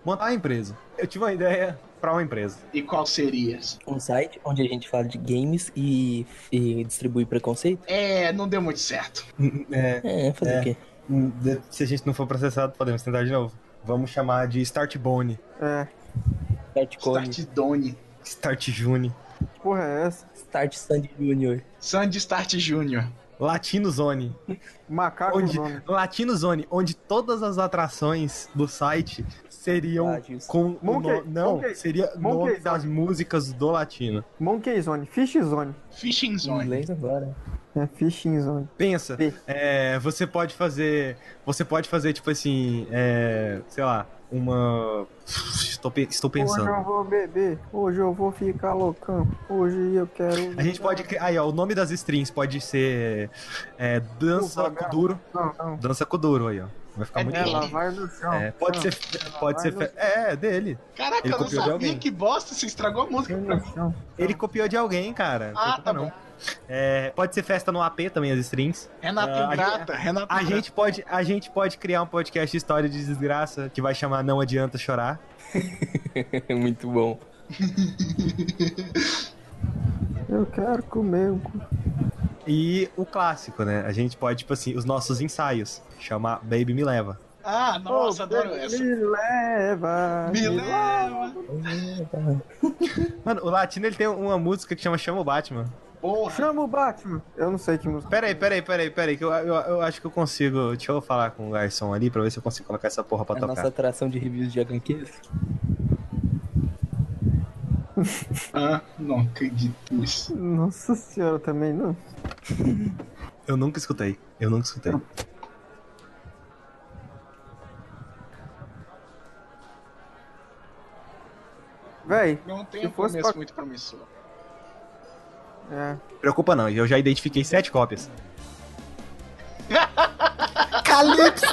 Speaker 4: Montar uma empresa. Eu tive uma ideia pra uma empresa.
Speaker 1: E qual seria?
Speaker 5: Um site onde a gente fala de games e, e distribui preconceito?
Speaker 1: É, não deu muito certo.
Speaker 4: É,
Speaker 5: É, fazer
Speaker 4: É.
Speaker 5: o quê?
Speaker 4: hum, de- se a gente não for processado, podemos tentar de novo. Vamos chamar de Start Bone,
Speaker 3: É.
Speaker 5: Startcone, Start,
Speaker 1: Start Doni.
Speaker 4: Start June,
Speaker 3: Que porra é essa?
Speaker 5: Sandy Junior.
Speaker 1: Sandy Start Júnior.
Speaker 4: Latino Zone.
Speaker 3: Macaco
Speaker 4: Onde,
Speaker 3: nome.
Speaker 4: Latino Zone, onde todas as atrações do site seriam
Speaker 5: Ah, disso.
Speaker 4: com. o
Speaker 3: Monkey,
Speaker 4: no- não,
Speaker 3: Monkey,
Speaker 4: seria
Speaker 3: Monkey
Speaker 4: nome
Speaker 3: Zone.
Speaker 4: das músicas do Latino.
Speaker 3: Monkey Zone. Fish Zone.
Speaker 1: Fishing
Speaker 5: Em
Speaker 1: Zone.
Speaker 5: inglês agora.
Speaker 3: É, Fishing Zone.
Speaker 4: Pensa,
Speaker 3: Sim.
Speaker 4: é, você pode fazer. Você pode fazer, tipo assim, é, sei lá, uma. Estou, pe- estou
Speaker 3: Hoje
Speaker 4: pensando.
Speaker 3: eu vou beber. Hoje eu vou ficar loucão. Hoje eu quero.
Speaker 4: A gente pode. cri- Aí, ó, o nome das strings pode ser. é, dança
Speaker 3: Ufa,
Speaker 4: com duro.
Speaker 3: Não, não.
Speaker 4: Dança com duro aí, ó. Vai ficar
Speaker 1: É
Speaker 4: muito
Speaker 1: dela.
Speaker 4: bom.
Speaker 3: Ela vai no chão.
Speaker 4: É, pode
Speaker 1: Ah,
Speaker 4: ser. Pode ser. fe- É, dele.
Speaker 1: Caraca,
Speaker 4: Ele
Speaker 1: eu não
Speaker 4: copiou de alguém.
Speaker 1: sabia que bosta, você estragou a música pra mim.
Speaker 4: Ele copiou de alguém, cara. Não tem
Speaker 1: Ah,
Speaker 4: culpa
Speaker 1: tá
Speaker 4: não.
Speaker 1: bom.
Speaker 4: É, pode ser festa no AP também, as strings.
Speaker 1: Renata
Speaker 4: Ah, a
Speaker 1: Ingrata, Renata
Speaker 4: A
Speaker 1: Ingrata.
Speaker 4: gente, pode, a gente pode criar um podcast de história de desgraça que vai chamar Não Adianta Chorar.
Speaker 5: É muito bom.
Speaker 3: Eu quero comer. um cu-
Speaker 4: E o clássico, né? A gente pode, tipo assim, os nossos ensaios. Chamar Baby Me Leva.
Speaker 1: Ah, nossa,
Speaker 3: Oh,
Speaker 1: adoro
Speaker 3: me
Speaker 1: essa.
Speaker 3: leva.
Speaker 1: Me leva.
Speaker 4: Mano, o Latino ele tem uma música que chama Chama o Batman.
Speaker 1: Porra.
Speaker 3: Chama o Batman. Eu não sei que música.
Speaker 4: Pera aí, pera aí, pera aí, pera aí, que eu, eu, eu acho que eu consigo. Deixa eu falar com o garçom ali pra ver se eu consigo colocar essa porra pra
Speaker 5: A
Speaker 4: tocar.
Speaker 5: É nossa atração de reviews de HQs.
Speaker 1: Ah, não acredito nisso.
Speaker 3: Nossa senhora, também não.
Speaker 4: Eu nunca escutei. Eu nunca escutei.
Speaker 3: Véi,
Speaker 1: Não tem
Speaker 3: Se
Speaker 1: um
Speaker 3: fosse
Speaker 1: começo
Speaker 3: pra-
Speaker 1: muito promissor.
Speaker 3: é.
Speaker 4: Preocupa não, eu já identifiquei sete cópias.
Speaker 3: Calypso!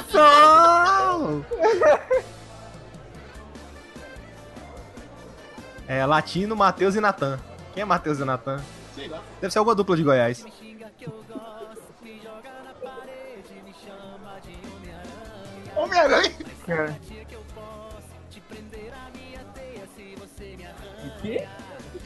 Speaker 4: É Latino, Matheus e Natan. Quem é Matheus e Natan?
Speaker 1: Sei lá.
Speaker 4: Deve ser alguma dupla de Goiás.
Speaker 6: Me xinga que eu gosto, me joga na parede, me chama de Homem-Aranha.
Speaker 1: Homem-Aranha.
Speaker 3: Cara,
Speaker 6: Tia que eu posso te prender a minha teia se você me arranha.
Speaker 5: quê?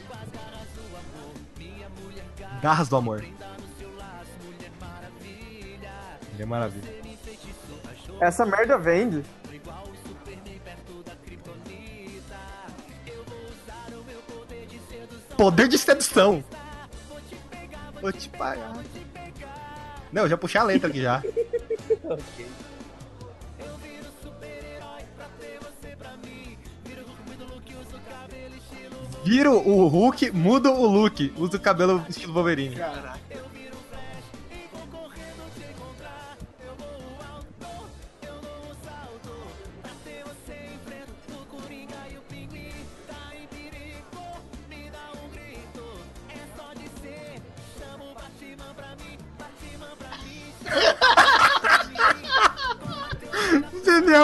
Speaker 6: Com as garras do amor, minha mulher gata,
Speaker 4: Garras do Amor.
Speaker 6: prenda no seu laço, mulher maravilha.
Speaker 4: Ele é maravilha.
Speaker 6: Você me enfeitiçou, achou
Speaker 3: essa merda vende.
Speaker 6: igual o Superman perto da Kryptonita. Eu vou usar o meu poder de sedução,
Speaker 4: Poder de sedução.
Speaker 6: vou te pegar, vou
Speaker 4: Vou te pagar. Não, eu já puxei a letra aqui já.
Speaker 5: Ok.
Speaker 6: Eu viro super-herói pra ter você pra mim. Viro o Hulk, muito look, uso cabelo estilo.
Speaker 4: Viro o Hulk, mudo o look. Usa o cabelo estilo Wolverine.
Speaker 1: Caraca.
Speaker 6: Eu viro flash e vou correndo te encontrar. Eu vou alto, eu dou um salto. Pra ter você enfrento o Coringa e o Pinguim. Tá em perigo, me dá um grito. É só dizer, chama o Batman pra mim. Batman pra mim, chama o Batman pra mim.
Speaker 4: Entendeu?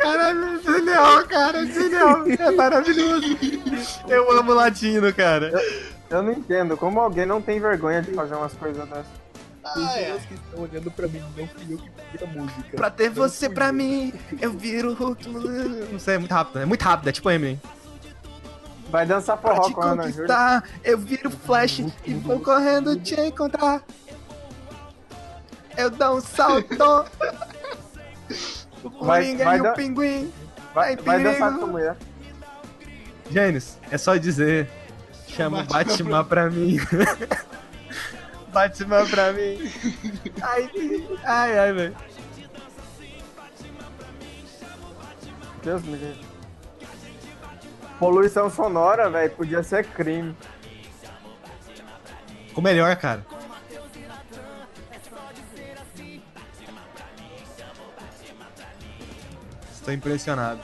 Speaker 4: Caralho, entendeu, cara? Entendeu? É maravilhoso. Eu amo latino, cara.
Speaker 3: Eu não entendo como alguém não tem vergonha de fazer umas coisas dessas.
Speaker 5: Os
Speaker 1: Ah, é.
Speaker 5: pessoas que estão olhando pra mim não fui eu que fiz a música.
Speaker 4: Pra ter você pra mim, eu viro Hulk. Não sei, é muito rápido. É muito rápido, é tipo Eminem.
Speaker 3: Vai dançar
Speaker 4: Pra
Speaker 3: forró
Speaker 4: te
Speaker 3: com né, a Ana Júlia.
Speaker 4: conquistar, eu viro Flash e vou correndo te encontrar. Eu dou um salto. O
Speaker 3: Vai-
Speaker 4: Coringa
Speaker 3: vai
Speaker 4: e
Speaker 3: dar-
Speaker 4: o Pinguim.
Speaker 3: Vai,
Speaker 4: Ai,
Speaker 3: vai dançar
Speaker 4: perigo.
Speaker 3: com a mulher.
Speaker 4: Gênesis, é só dizer. Chama o Batman pra mim. bate de cima pra mim. Ai, ai, ai, velho.
Speaker 3: Deus me livre. Poluição sonora, velho, podia ser crime.
Speaker 4: Ficou melhor, cara. Estou impressionado.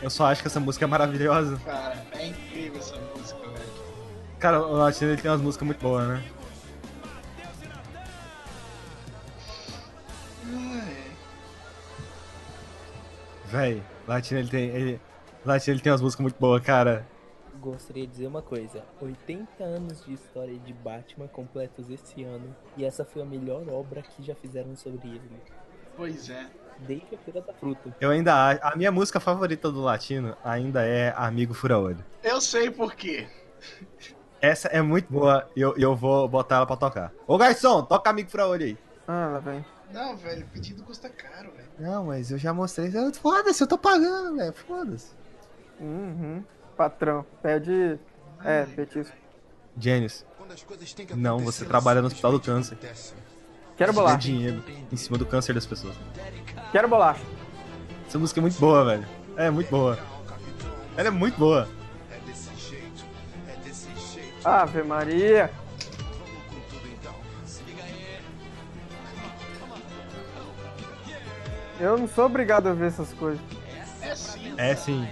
Speaker 4: Eu só acho que essa música é maravilhosa.
Speaker 1: Cara, é incrível essa música, velho.
Speaker 4: Cara, o Latino ele tem umas músicas muito boas, né? Véi, Latino ele tem. Ele... Latino ele tem umas músicas muito boas, cara.
Speaker 5: Gostaria de dizer uma coisa: 80 anos de história de Batman completos esse ano, e essa foi a melhor obra que já fizeram sobre ele.
Speaker 1: Pois é.
Speaker 5: Desde a Feira da Fruta.
Speaker 4: Eu ainda acho. A minha música favorita do Latino ainda é Amigo Fura-Olho.
Speaker 1: Eu sei por quê.
Speaker 4: Essa é muito boa e eu, eu vou botar ela pra tocar. Ô garçom, toca Amigo Fura-Olho aí.
Speaker 3: Ah, lá vem.
Speaker 1: Não, velho, pedido custa caro, velho.
Speaker 4: Não, mas eu já mostrei. Eu- Foda-se, eu tô pagando, velho. Foda-se.
Speaker 3: Uhum. Patrão, pede. É,
Speaker 1: Uhum.
Speaker 3: petisco.
Speaker 4: Gênios,
Speaker 7: Quando as coisas têm que
Speaker 4: Não,
Speaker 7: acontecer,
Speaker 4: você trabalha no
Speaker 7: elas
Speaker 4: Hospital do
Speaker 7: simplesmente
Speaker 4: Câncer.
Speaker 7: acontecem.
Speaker 3: Quero
Speaker 4: dá
Speaker 3: bolacha.
Speaker 4: dinheiro em cima do câncer das pessoas.
Speaker 3: Quero bolacha.
Speaker 4: Essa música é muito boa, velho. Ela é muito boa. Ela é muito boa.
Speaker 7: É desse jeito, é desse jeito.
Speaker 3: Ave Maria.
Speaker 7: Vamos com tudo então. Se liga aí.
Speaker 3: Eu não sou obrigado a ver essas coisas.
Speaker 1: É sim.
Speaker 4: É sim.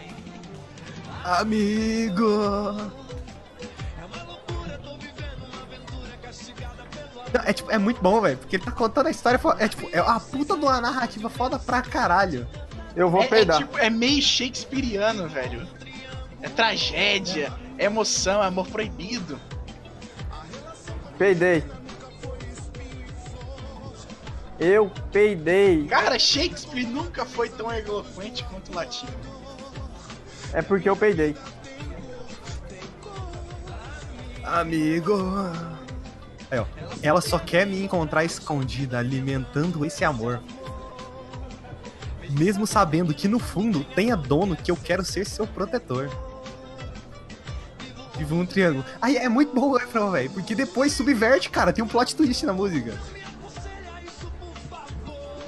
Speaker 4: Amigo! Não, É, tipo, é muito bom, velho, porque ele tá contando a história. fo- É tipo, é a puta de uma narrativa foda pra caralho.
Speaker 3: Eu vou
Speaker 1: É, é,
Speaker 3: peidar.
Speaker 1: tipo, é meio shakespeariano, velho. É tragédia, é emoção, é amor proibido.
Speaker 3: Peidei. Eu peidei.
Speaker 1: Cara, Shakespeare nunca foi tão eloquente quanto o latino.
Speaker 3: É porque eu peidei.
Speaker 4: Amigo! Aí, ó. Ela só quer me encontrar escondida, alimentando esse amor. Mesmo sabendo que no fundo tenha dono que eu quero ser seu protetor. Viva um triângulo. Aí é muito bom o refrão, velho. Porque depois subverte, cara. Tem um plot twist na música.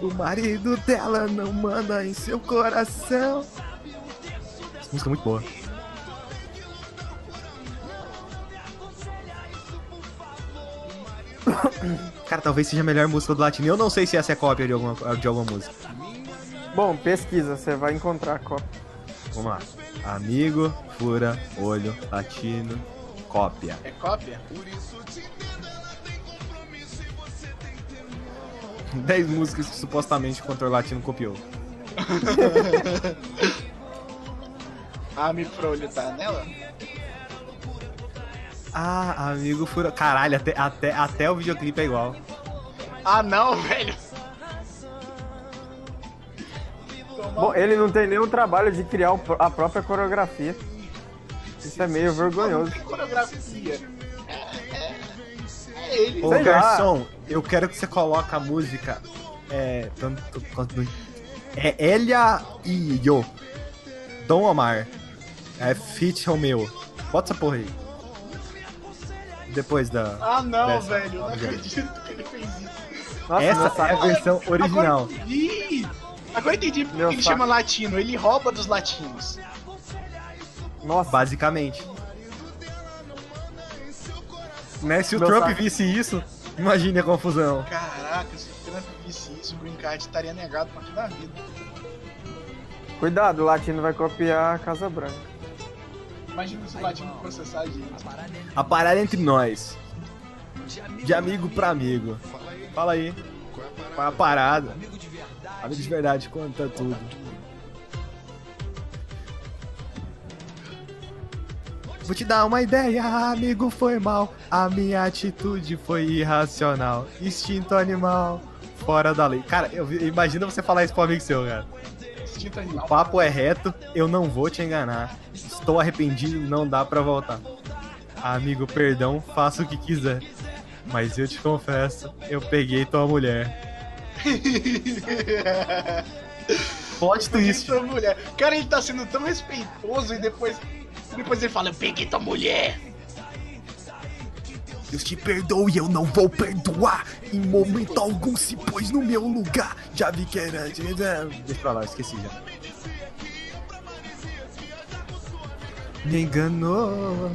Speaker 4: O marido dela não manda em seu coração. Essa música é muito boa. Cara, talvez seja a melhor música do Latino. Eu não sei se essa é cópia de alguma, de alguma música.
Speaker 3: Bom, pesquisa, você vai encontrar a copa.
Speaker 4: Vamos lá. Amigo, fura, olho, latino, cópia.
Speaker 1: É cópia?
Speaker 4: 10 músicas que supostamente o controle latino copiou.
Speaker 1: A Mi Frolho tá nela?
Speaker 4: Ah, amigo, fura. Caralho, até, até, até o videoclipe é igual.
Speaker 1: Ah, não, velho.
Speaker 3: Bom, ele não tem nenhum trabalho de criar o pr- a própria coreografia. Isso é meio vergonhoso.
Speaker 1: Que coreografia. É, é, é ele.
Speaker 4: Ô,
Speaker 3: Sei lá.
Speaker 4: garçom, eu quero que você coloque a música. É. Tanto quanto. É Elia e Yo. Dom Omar. É Fit Romeo. Bota essa porra aí. Depois da.
Speaker 1: Ah, não,
Speaker 4: Dessa.
Speaker 1: velho. Eu não acredito que ele fez isso.
Speaker 3: Nossa, meu
Speaker 4: Essa é a
Speaker 3: saco.
Speaker 4: versão original.
Speaker 1: Agora eu entendi. Agora eu entendi porque
Speaker 3: Meu
Speaker 1: ele
Speaker 3: saco.
Speaker 1: chama latino. Ele rouba dos latinos.
Speaker 3: Nossa,
Speaker 4: Basicamente. Né, se o
Speaker 3: Meu
Speaker 4: Trump
Speaker 3: saco.
Speaker 4: visse isso, imagine a confusão.
Speaker 1: Caraca, se o Trump visse isso, o Green Card estaria negado pra toda a vida.
Speaker 3: cuidado, o latino vai copiar a Casa Branca.
Speaker 1: Imagina se o latino processar a gente.
Speaker 4: A parada é entre nós. De amigo pra amigo. Fala aí. Qual é a parada? Amigo de verdade conta tudo. Vou te dar uma ideia, amigo, foi mal. A minha atitude foi irracional. Instinto animal, fora da lei. Cara, eu vi- imagina você falar isso pro amigo seu, cara.
Speaker 1: Extinto
Speaker 4: O
Speaker 1: animal.
Speaker 4: papo é reto, eu não vou te enganar. Estou arrependido, não dá pra voltar. Amigo, perdão, faça o que quiser. Mas eu te confesso, eu peguei tua mulher. Plot twist.
Speaker 1: Essa mulher. Cara, ele tá sendo tão respeitoso e depois. Depois ele fala, eu peguei tua mulher.
Speaker 8: Deus te perdoe, eu não vou perdoar. Em momento algum se pôs no meu lugar. Já vi que era.
Speaker 4: Deixa pra lá, esqueci já. Me enganou.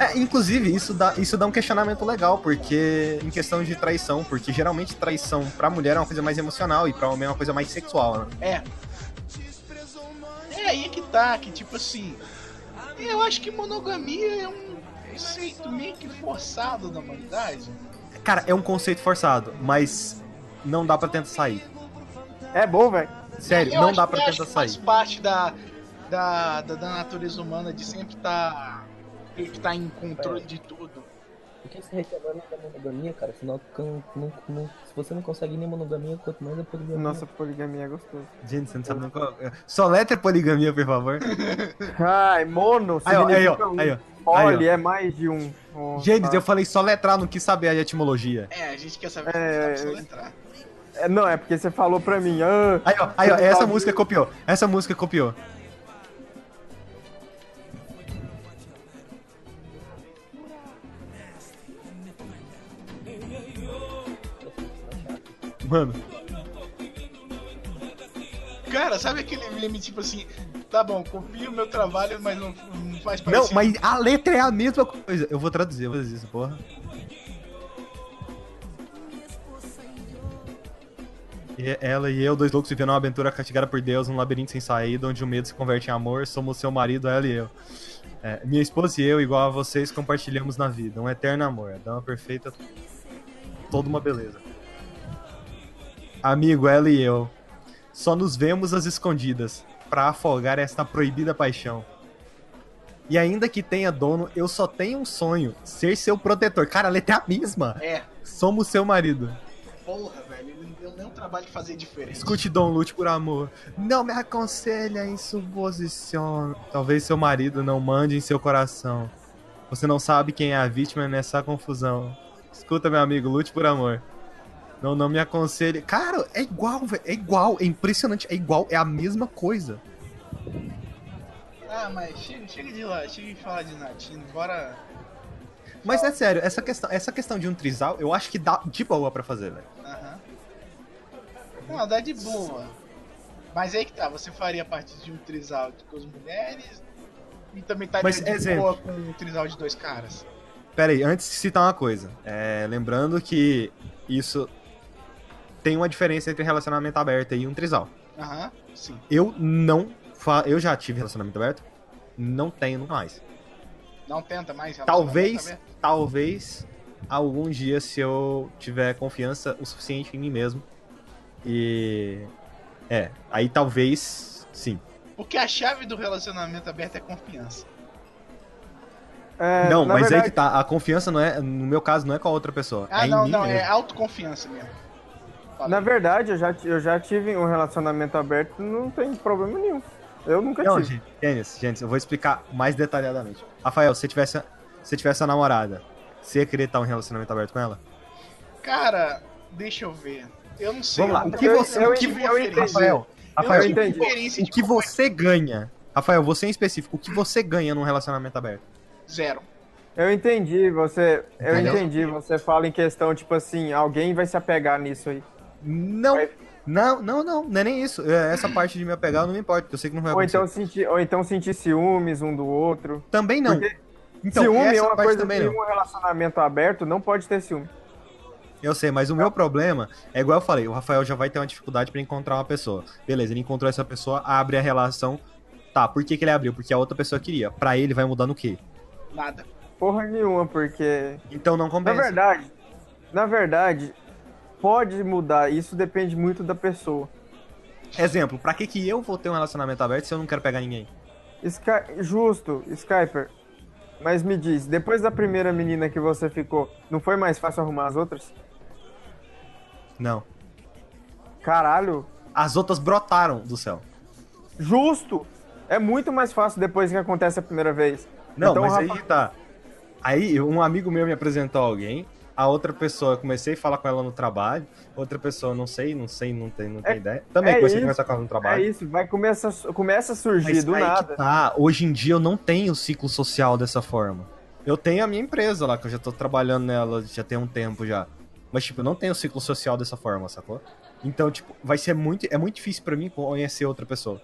Speaker 4: É, inclusive, isso dá, isso dá um questionamento legal, porque em questão de traição, porque geralmente traição pra mulher é uma coisa mais emocional e pra homem é uma coisa mais sexual, né?
Speaker 1: É. É aí que tá, que tipo assim. Eu acho que monogamia é um conceito meio que forçado da humanidade.
Speaker 4: Cara, é um conceito forçado, mas não dá pra tentar sair.
Speaker 3: É bom, velho.
Speaker 4: Sério,
Speaker 1: Eu
Speaker 4: não
Speaker 1: acho
Speaker 4: dá
Speaker 1: que-
Speaker 4: pra
Speaker 1: eu acho
Speaker 4: tentar
Speaker 1: que Faz
Speaker 4: sair.
Speaker 1: parte da, da, da, da natureza humana de sempre tá, estar tá em controle
Speaker 4: É.
Speaker 1: de tudo.
Speaker 5: Por que você reclamando da monogamia, cara? Se, não, can- não- não- se você não consegue nem monogamia, quanto mais a poligamia.
Speaker 3: Nossa, poligamia é gostoso.
Speaker 4: Gente, você não sabe nem qual. é. Só letra poligamia, por favor.
Speaker 3: Ai, mono,
Speaker 4: Aí, ó, aí, ó,
Speaker 3: significa um.
Speaker 4: aí, ó.
Speaker 3: Olha, é mais de um. Oh,
Speaker 4: Gênesis,
Speaker 3: tá.
Speaker 4: eu falei só letrar, não quis saber a etimologia.
Speaker 1: É, a gente quer saber
Speaker 3: É,
Speaker 1: se você
Speaker 3: é, é.
Speaker 1: tá entrar.
Speaker 3: É, Não, é porque você falou pra mim. ah,
Speaker 4: Aí, ó, aí, ó, essa música é copiou. Essa música copiou. Mano,
Speaker 1: Cara, sabe aquele meme tipo assim, tá bom, copia o meu trabalho, mas não, não faz
Speaker 4: não,
Speaker 1: parecido?
Speaker 4: mas a letra é a mesma coisa. Eu vou traduzir, eu vou traduzir essa porra. E ela e eu, dois loucos, vivendo uma aventura castigada por Deus, num labirinto sem saída, onde o medo se converte em amor. Somos seu marido, ela e eu. É, minha esposa e eu, igual a vocês, compartilhamos na vida. Um eterno amor. Dá uma perfeita. Toda uma beleza. Amigo, ela e eu. Só nos vemos às escondidas, pra afogar esta proibida paixão. E ainda que tenha dono, eu só tenho um sonho: ser seu protetor. Cara, a letra é a mesma.
Speaker 1: É,
Speaker 4: Somos seu marido.
Speaker 1: porra, velho, ele não deu nenhum trabalho de fazer diferente.
Speaker 4: Escute Dom Lute por amor. Não me aconselha em suposição. Talvez seu marido não mande em seu coração. Você não sabe quem é a vítima nessa confusão. Escuta, meu amigo, lute por amor. Não, não me aconselhe. Cara, é igual, velho. É igual. É impressionante. É igual. É a mesma coisa.
Speaker 1: Ah, mas chega, chega de lá, chega de falar de Natino, bora.
Speaker 4: Mas é sério, essa questão, essa questão de um trisal, eu acho que dá de boa pra fazer, velho.
Speaker 1: Aham. Não, dá de boa. Mas aí que tá, você faria a partir de um trisal com as mulheres e também estaria
Speaker 4: Mas,
Speaker 1: de
Speaker 4: exemplo.
Speaker 1: boa com um trisal de dois caras.
Speaker 4: Pera aí, antes de citar uma coisa, é, lembrando que isso tem uma diferença entre relacionamento aberto e um trisal.
Speaker 1: Aham, sim.
Speaker 4: Eu não fa eu já tive relacionamento aberto, não tenho nunca mais.
Speaker 1: Não tenta mais.
Speaker 4: Talvez,
Speaker 1: relacionamento
Speaker 4: talvez algum dia se eu tiver confiança o suficiente em mim mesmo e é, aí talvez sim.
Speaker 1: aberto. Porque a chave do relacionamento aberto é confiança.
Speaker 3: é,
Speaker 4: não,
Speaker 3: na
Speaker 4: mas aí
Speaker 3: verdade,
Speaker 4: que tá, a confiança não é, no meu caso não é com a outra pessoa,
Speaker 1: Ah,
Speaker 4: é em
Speaker 1: não,
Speaker 4: mim
Speaker 1: não,
Speaker 4: mesmo.
Speaker 1: é autoconfiança mesmo.
Speaker 4: tá.
Speaker 1: Fala.
Speaker 3: Na verdade, eu já, ti- eu já tive um relacionamento aberto, não tem problema nenhum. Eu nunca
Speaker 4: Não,
Speaker 3: tive.
Speaker 4: gente, Denis, gente, eu vou explicar mais detalhadamente. Rafael, se você tivesse, se você tivesse uma namorada, você ia querer estar em um relacionamento aberto com ela?
Speaker 1: Cara, deixa eu ver. Eu não sei.
Speaker 4: Vamos lá,
Speaker 1: eu
Speaker 4: o
Speaker 1: nunca-
Speaker 4: que você-
Speaker 1: eu,
Speaker 3: eu
Speaker 1: que
Speaker 3: entendi,
Speaker 1: eu
Speaker 3: eu entendi.
Speaker 4: Rafael, Rafael,
Speaker 1: não
Speaker 3: eu
Speaker 1: tive
Speaker 3: entendi.
Speaker 1: experiência
Speaker 4: o
Speaker 1: de
Speaker 4: que você ganha? Rafael, você em específico, o que você ganha num relacionamento aberto?
Speaker 1: zero.
Speaker 3: Eu entendi, você. Eu
Speaker 4: Entendeu?
Speaker 3: entendi, você fala em questão, tipo assim, alguém vai se apegar nisso aí.
Speaker 4: Não,
Speaker 3: É.
Speaker 4: não, não, não, não é nem isso. É, Essa parte de me apegar eu não me importo, porque eu sei que não vai
Speaker 3: Ou
Speaker 4: acontecer.
Speaker 3: então, sentir, ou então sentir ciúmes um do outro.
Speaker 4: também não.
Speaker 3: porque
Speaker 4: Então,
Speaker 3: ciúme
Speaker 4: essa
Speaker 3: é uma
Speaker 4: parte
Speaker 3: coisa
Speaker 4: também
Speaker 3: que
Speaker 4: não.
Speaker 3: um relacionamento aberto não pode ter ciúme.
Speaker 4: Eu sei, mas o meu problema é igual eu falei, o Rafael já vai ter uma dificuldade pra encontrar uma pessoa. Beleza, ele encontrou essa pessoa, abre a relação. Tá, por que, que ele abriu? Porque a outra pessoa queria. Pra ele vai mudar no quê?
Speaker 1: Nada.
Speaker 3: Porra nenhuma, porque.
Speaker 4: Então não
Speaker 3: Na
Speaker 4: compensa.
Speaker 3: verdade, na verdade, pode mudar. Isso depende muito da pessoa.
Speaker 4: Exemplo, pra que, que eu vou ter um relacionamento aberto se eu não quero pegar ninguém?
Speaker 3: Sky... Justo, Skyper. Mas me diz, depois da primeira menina que você ficou, não foi mais fácil arrumar as outras?
Speaker 4: Não.
Speaker 3: Caralho,
Speaker 4: As outras brotaram do céu.
Speaker 3: justo! É muito mais fácil depois que acontece a primeira vez.
Speaker 4: Não,
Speaker 3: Então,
Speaker 4: mas
Speaker 3: Rafa-
Speaker 4: aí tá. Aí um amigo meu me apresentou alguém A outra pessoa, eu comecei a falar com ela no trabalho. Outra pessoa, não sei, não sei, não tem, não tem
Speaker 3: É-
Speaker 4: ideia. Também
Speaker 3: é isso,
Speaker 4: comecei a conversar com ela no
Speaker 3: É
Speaker 4: trabalho.
Speaker 3: isso, vai começa, começa a surgir
Speaker 4: Mas
Speaker 3: do
Speaker 4: aí
Speaker 3: nada.
Speaker 4: que tá, hoje em dia eu não tenho ciclo social dessa forma. Eu tenho a minha empresa lá, que eu já tô trabalhando nela já tem um tempo já. Mas, tipo, eu não tenho ciclo social dessa forma, sacou? Então, tipo, vai ser muito. É muito difícil pra mim conhecer outra pessoa.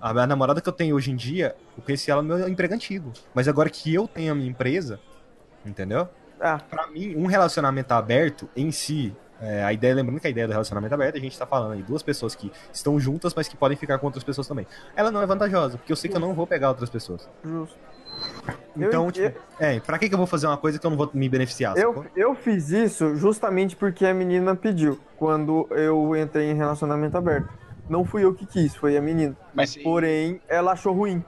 Speaker 4: A minha namorada que eu tenho hoje em dia, eu conheci ela no meu emprego antigo. Mas agora que eu tenho a minha empresa, entendeu?
Speaker 3: Ah,
Speaker 4: Pra mim, um relacionamento aberto em si, é, a ideia, lembrando que a ideia do relacionamento aberto, a gente tá falando aí duas pessoas que estão juntas, mas que podem ficar com outras pessoas também. Ela não é vantajosa, porque eu sei que eu não vou pegar outras pessoas.
Speaker 3: justo. Eu
Speaker 4: Então,
Speaker 3: ente-
Speaker 4: tipo, é, pra que, que eu vou fazer uma coisa que eu não vou me beneficiar?
Speaker 3: Eu,
Speaker 4: sacou?
Speaker 3: eu fiz isso justamente porque a menina pediu quando eu entrei em relacionamento aberto. Não fui eu que quis, foi a menina.
Speaker 1: Mas aí,
Speaker 3: Porém, ela achou ruim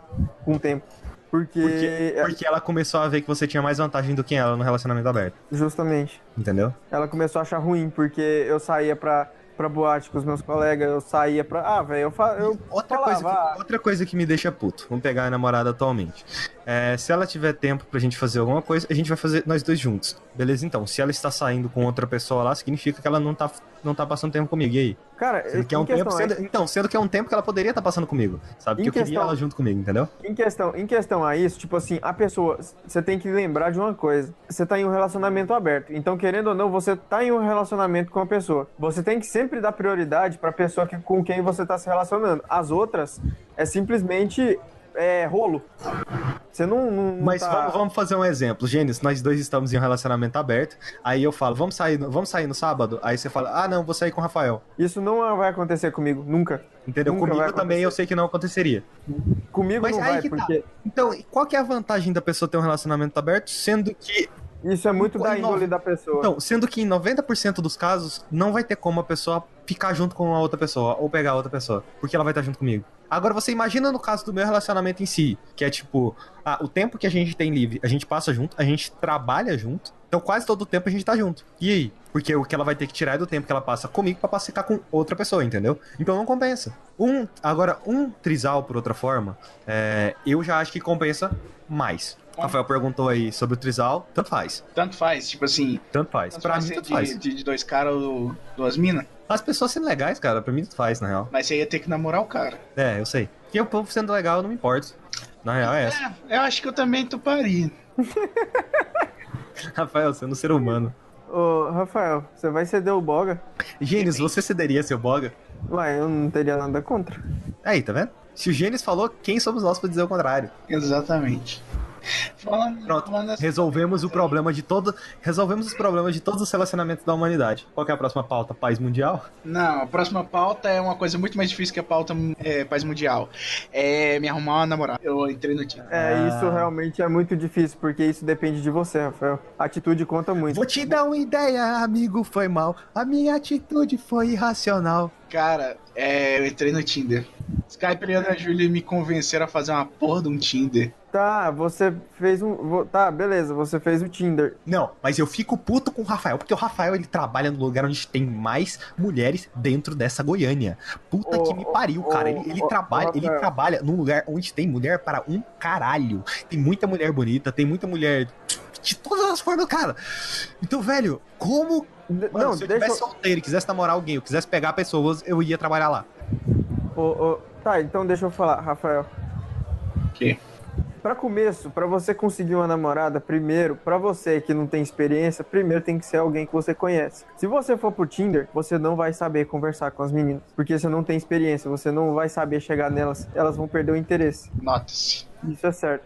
Speaker 3: com o tempo. Porque.
Speaker 4: Porque, porque ela começou a ver que você tinha mais vantagem do que ela no relacionamento aberto,
Speaker 3: Justamente.
Speaker 4: entendeu?
Speaker 3: Ela começou a achar ruim, porque eu saía pra, pra boate com os meus colegas, eu saía pra. Ah, velho, eu, fa- eu
Speaker 4: Outra
Speaker 3: falava.
Speaker 4: coisa, que, outra coisa que me deixa puto, vamos pegar a namorada atualmente. É, se ela tiver tempo pra gente fazer alguma coisa, a gente vai fazer nós dois juntos. Beleza, então. Se ela está saindo com outra pessoa lá, significa que ela não tá, não tá passando tempo comigo. E aí?
Speaker 3: "Ah, Cara,
Speaker 4: Sendo que é
Speaker 3: em
Speaker 4: um tempo,
Speaker 3: questão, é-
Speaker 4: sendo- então, sendo que é um tempo que ela poderia estar passando comigo. Sabe?
Speaker 3: Em
Speaker 4: Que eu queria
Speaker 3: questão-
Speaker 4: ela junto comigo, entendeu?
Speaker 3: Em questão, em questão a isso, tipo assim, a pessoa, você tem que lembrar de uma coisa. Você tá em um relacionamento aberto. Então, querendo ou não, você tá em um relacionamento com a pessoa. Você tem que sempre dar prioridade pra pessoa que, com quem você tá se relacionando. As outras é simplesmente é, rolo. Você não, não, não
Speaker 4: Mas
Speaker 3: tá-
Speaker 4: vamos, vamos fazer um exemplo. Gênesis, nós dois estamos em um relacionamento aberto. Aí eu falo, vamos sair, no- vamos sair no sábado? Aí você fala, ah, não, vou sair com o Rafael.
Speaker 3: Isso não vai acontecer comigo, nunca.
Speaker 4: Entendeu?
Speaker 3: Nunca vai
Speaker 4: comigo também
Speaker 3: acontecer.
Speaker 4: eu sei que não aconteceria.
Speaker 3: Comigo
Speaker 4: Mas
Speaker 3: não
Speaker 4: aí
Speaker 3: vai,
Speaker 4: que tá.
Speaker 3: porque
Speaker 4: Então, e qual que é a vantagem da pessoa ter um relacionamento aberto, sendo que,
Speaker 3: isso é muito da
Speaker 4: Em
Speaker 3: índole
Speaker 4: nove-
Speaker 3: da pessoa.
Speaker 4: então, sendo que em 90% dos casos não vai ter como a pessoa ficar junto com a outra pessoa ou pegar a outra pessoa, porque ela vai estar junto comigo. Agora você imagina no caso do meu relacionamento em si, que é tipo, ah, o tempo que a gente tem livre, a gente passa junto, a gente trabalha junto, então quase todo o tempo a gente tá junto. E aí? Porque o que ela vai ter que tirar é do tempo que ela passa comigo pra passar com outra pessoa, entendeu? Então não compensa. Um, agora, um trisal, por outra forma, é, eu já acho que compensa mais. Rafael perguntou aí sobre o trisal, tanto faz,
Speaker 1: tanto faz, tipo assim,
Speaker 4: tanto faz. Pra mim,
Speaker 1: ser
Speaker 4: tanto
Speaker 1: de,
Speaker 4: faz.
Speaker 1: de- de dois caras ou duas minas,
Speaker 4: As pessoas sendo legais, cara, pra mim, tanto faz, na real.
Speaker 1: mas você ia ter que namorar o cara.
Speaker 4: É, eu sei. E o povo sendo legal, eu não me importo. Na real, é essa.
Speaker 1: É, eu acho que eu também toparia.
Speaker 4: Rafael, sendo ser humano.
Speaker 3: Ô, Rafael, você vai ceder o boga?
Speaker 4: Gênesis, você cederia seu boga?
Speaker 3: Ué, eu não teria nada contra.
Speaker 4: Aí, tá vendo? Se o Gênesis falou, quem somos nós pra dizer o contrário?
Speaker 1: Exatamente. Falando,
Speaker 4: Pronto.
Speaker 1: falando assim,
Speaker 4: Resolvemos o problema de todo. Resolvemos os problemas de todos os relacionamentos da humanidade. Qual que é a próxima pauta? Paz mundial?
Speaker 1: Não, a próxima pauta é uma coisa muito mais difícil que a pauta é, paz mundial. É me arrumar uma namorada. Eu entrei no time.
Speaker 3: É,
Speaker 4: Ah.
Speaker 3: isso realmente é muito difícil, porque isso depende de você, Rafael. A Atitude conta muito.
Speaker 4: Vou te dar uma ideia, amigo, foi mal. A minha atitude foi irracional.
Speaker 1: Cara, é, eu entrei no Tinder. Skype e Ana Júlia me convenceram a fazer uma porra de um Tinder.
Speaker 3: Tá, você fez um. vo- Tá, beleza, você fez o Tinder.
Speaker 4: Não, mas eu fico puto com o Rafael, porque o Rafael ele trabalha no lugar onde tem mais mulheres dentro dessa Goiânia. Puta
Speaker 3: Ô,
Speaker 4: que me
Speaker 3: ô,
Speaker 4: pariu,
Speaker 3: ô,
Speaker 4: cara. Ele, ele
Speaker 3: ô,
Speaker 4: trabalha,
Speaker 3: Rafael.
Speaker 4: ele trabalha num lugar onde tem mulher para um caralho. Tem muita mulher bonita, tem muita mulher de todas as formas, cara. Então, velho, como
Speaker 3: D-
Speaker 4: Mano,
Speaker 3: não,
Speaker 4: se eu
Speaker 3: deixa.
Speaker 4: tivesse solteiro e quisesse namorar alguém, eu quisesse pegar pessoas, eu ia trabalhar lá.
Speaker 3: ô, ô, Tá, então deixa eu falar, Rafael.
Speaker 1: Que?
Speaker 3: Pra começo, pra você conseguir uma namorada, primeiro, pra você que não tem experiência, primeiro tem que ser alguém que você conhece. Se você for pro Tinder, você não vai saber conversar com as meninas, porque você não tem experiência, você não vai saber chegar nelas, elas vão perder o interesse.
Speaker 1: Nota-se.
Speaker 3: Isso é certo.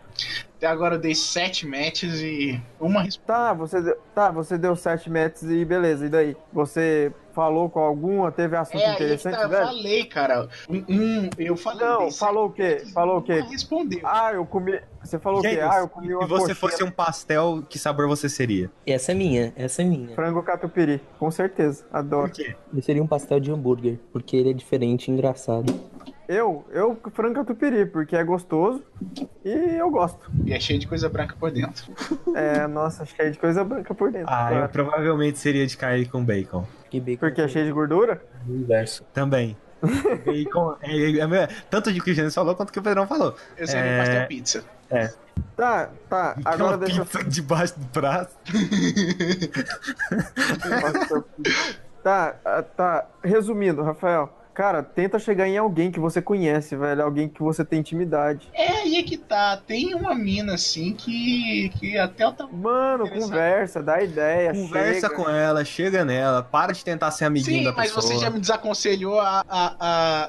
Speaker 1: Até agora eu dei sete matches e uma resposta.
Speaker 3: Tá, você deu, tá, você deu sete metros e beleza, e daí? Você falou com alguma, teve assunto
Speaker 1: É, aí que
Speaker 3: interessante,
Speaker 1: tá, eu
Speaker 3: velho?
Speaker 1: falei, cara. Um, um- eu falei.
Speaker 3: Não,
Speaker 1: dei sete
Speaker 3: falou o quê?
Speaker 1: matches e
Speaker 3: Falou o quê?
Speaker 1: uma respondeu.
Speaker 3: Ah, eu comi. Você falou o quê?
Speaker 4: Gênesis,
Speaker 3: Ah, eu comi uma
Speaker 4: se você
Speaker 3: coxinha,
Speaker 4: fosse um pastel, que sabor você seria?
Speaker 5: Essa é minha, essa é minha.
Speaker 3: frango catupiry, com certeza, adoro.
Speaker 5: Eu seria um pastel de hambúrguer, porque ele é diferente e engraçado.
Speaker 3: Eu, eu frango catupiry, porque é gostoso e eu gosto.
Speaker 1: E é cheio de coisa branca por dentro.
Speaker 3: É, nossa, cheio de coisa branca por dentro.
Speaker 4: Ah, eu
Speaker 3: claro.
Speaker 4: provavelmente seria de carne com bacon.
Speaker 5: Que bacon
Speaker 3: Porque é cheio de gordura?
Speaker 5: do universo.
Speaker 4: Também. é, Bacon. é- é- é- tanto de que o Gênesis falou quanto que o Pedrão falou.
Speaker 1: Eu seria um
Speaker 4: É.
Speaker 1: pastel pizza.
Speaker 3: Tá, tá.
Speaker 4: Tem
Speaker 3: Agora
Speaker 4: uma
Speaker 3: deixa eu
Speaker 4: pizza debaixo do braço.
Speaker 3: Tá, ah, tá. Resumindo, Rafael. Cara, tenta chegar em alguém que você conhece, velho. Alguém que você tem intimidade.
Speaker 1: É, aí é que tá. Tem uma mina assim que. que até o tamanho.
Speaker 3: Mano,
Speaker 1: Interessante.
Speaker 3: conversa, dá ideia.
Speaker 4: Conversa
Speaker 3: É, chega.
Speaker 4: com ela, chega nela, para de tentar ser amiguinho
Speaker 1: Sim,
Speaker 4: da
Speaker 1: mas
Speaker 4: pessoa.
Speaker 1: você já me desaconselhou a, a,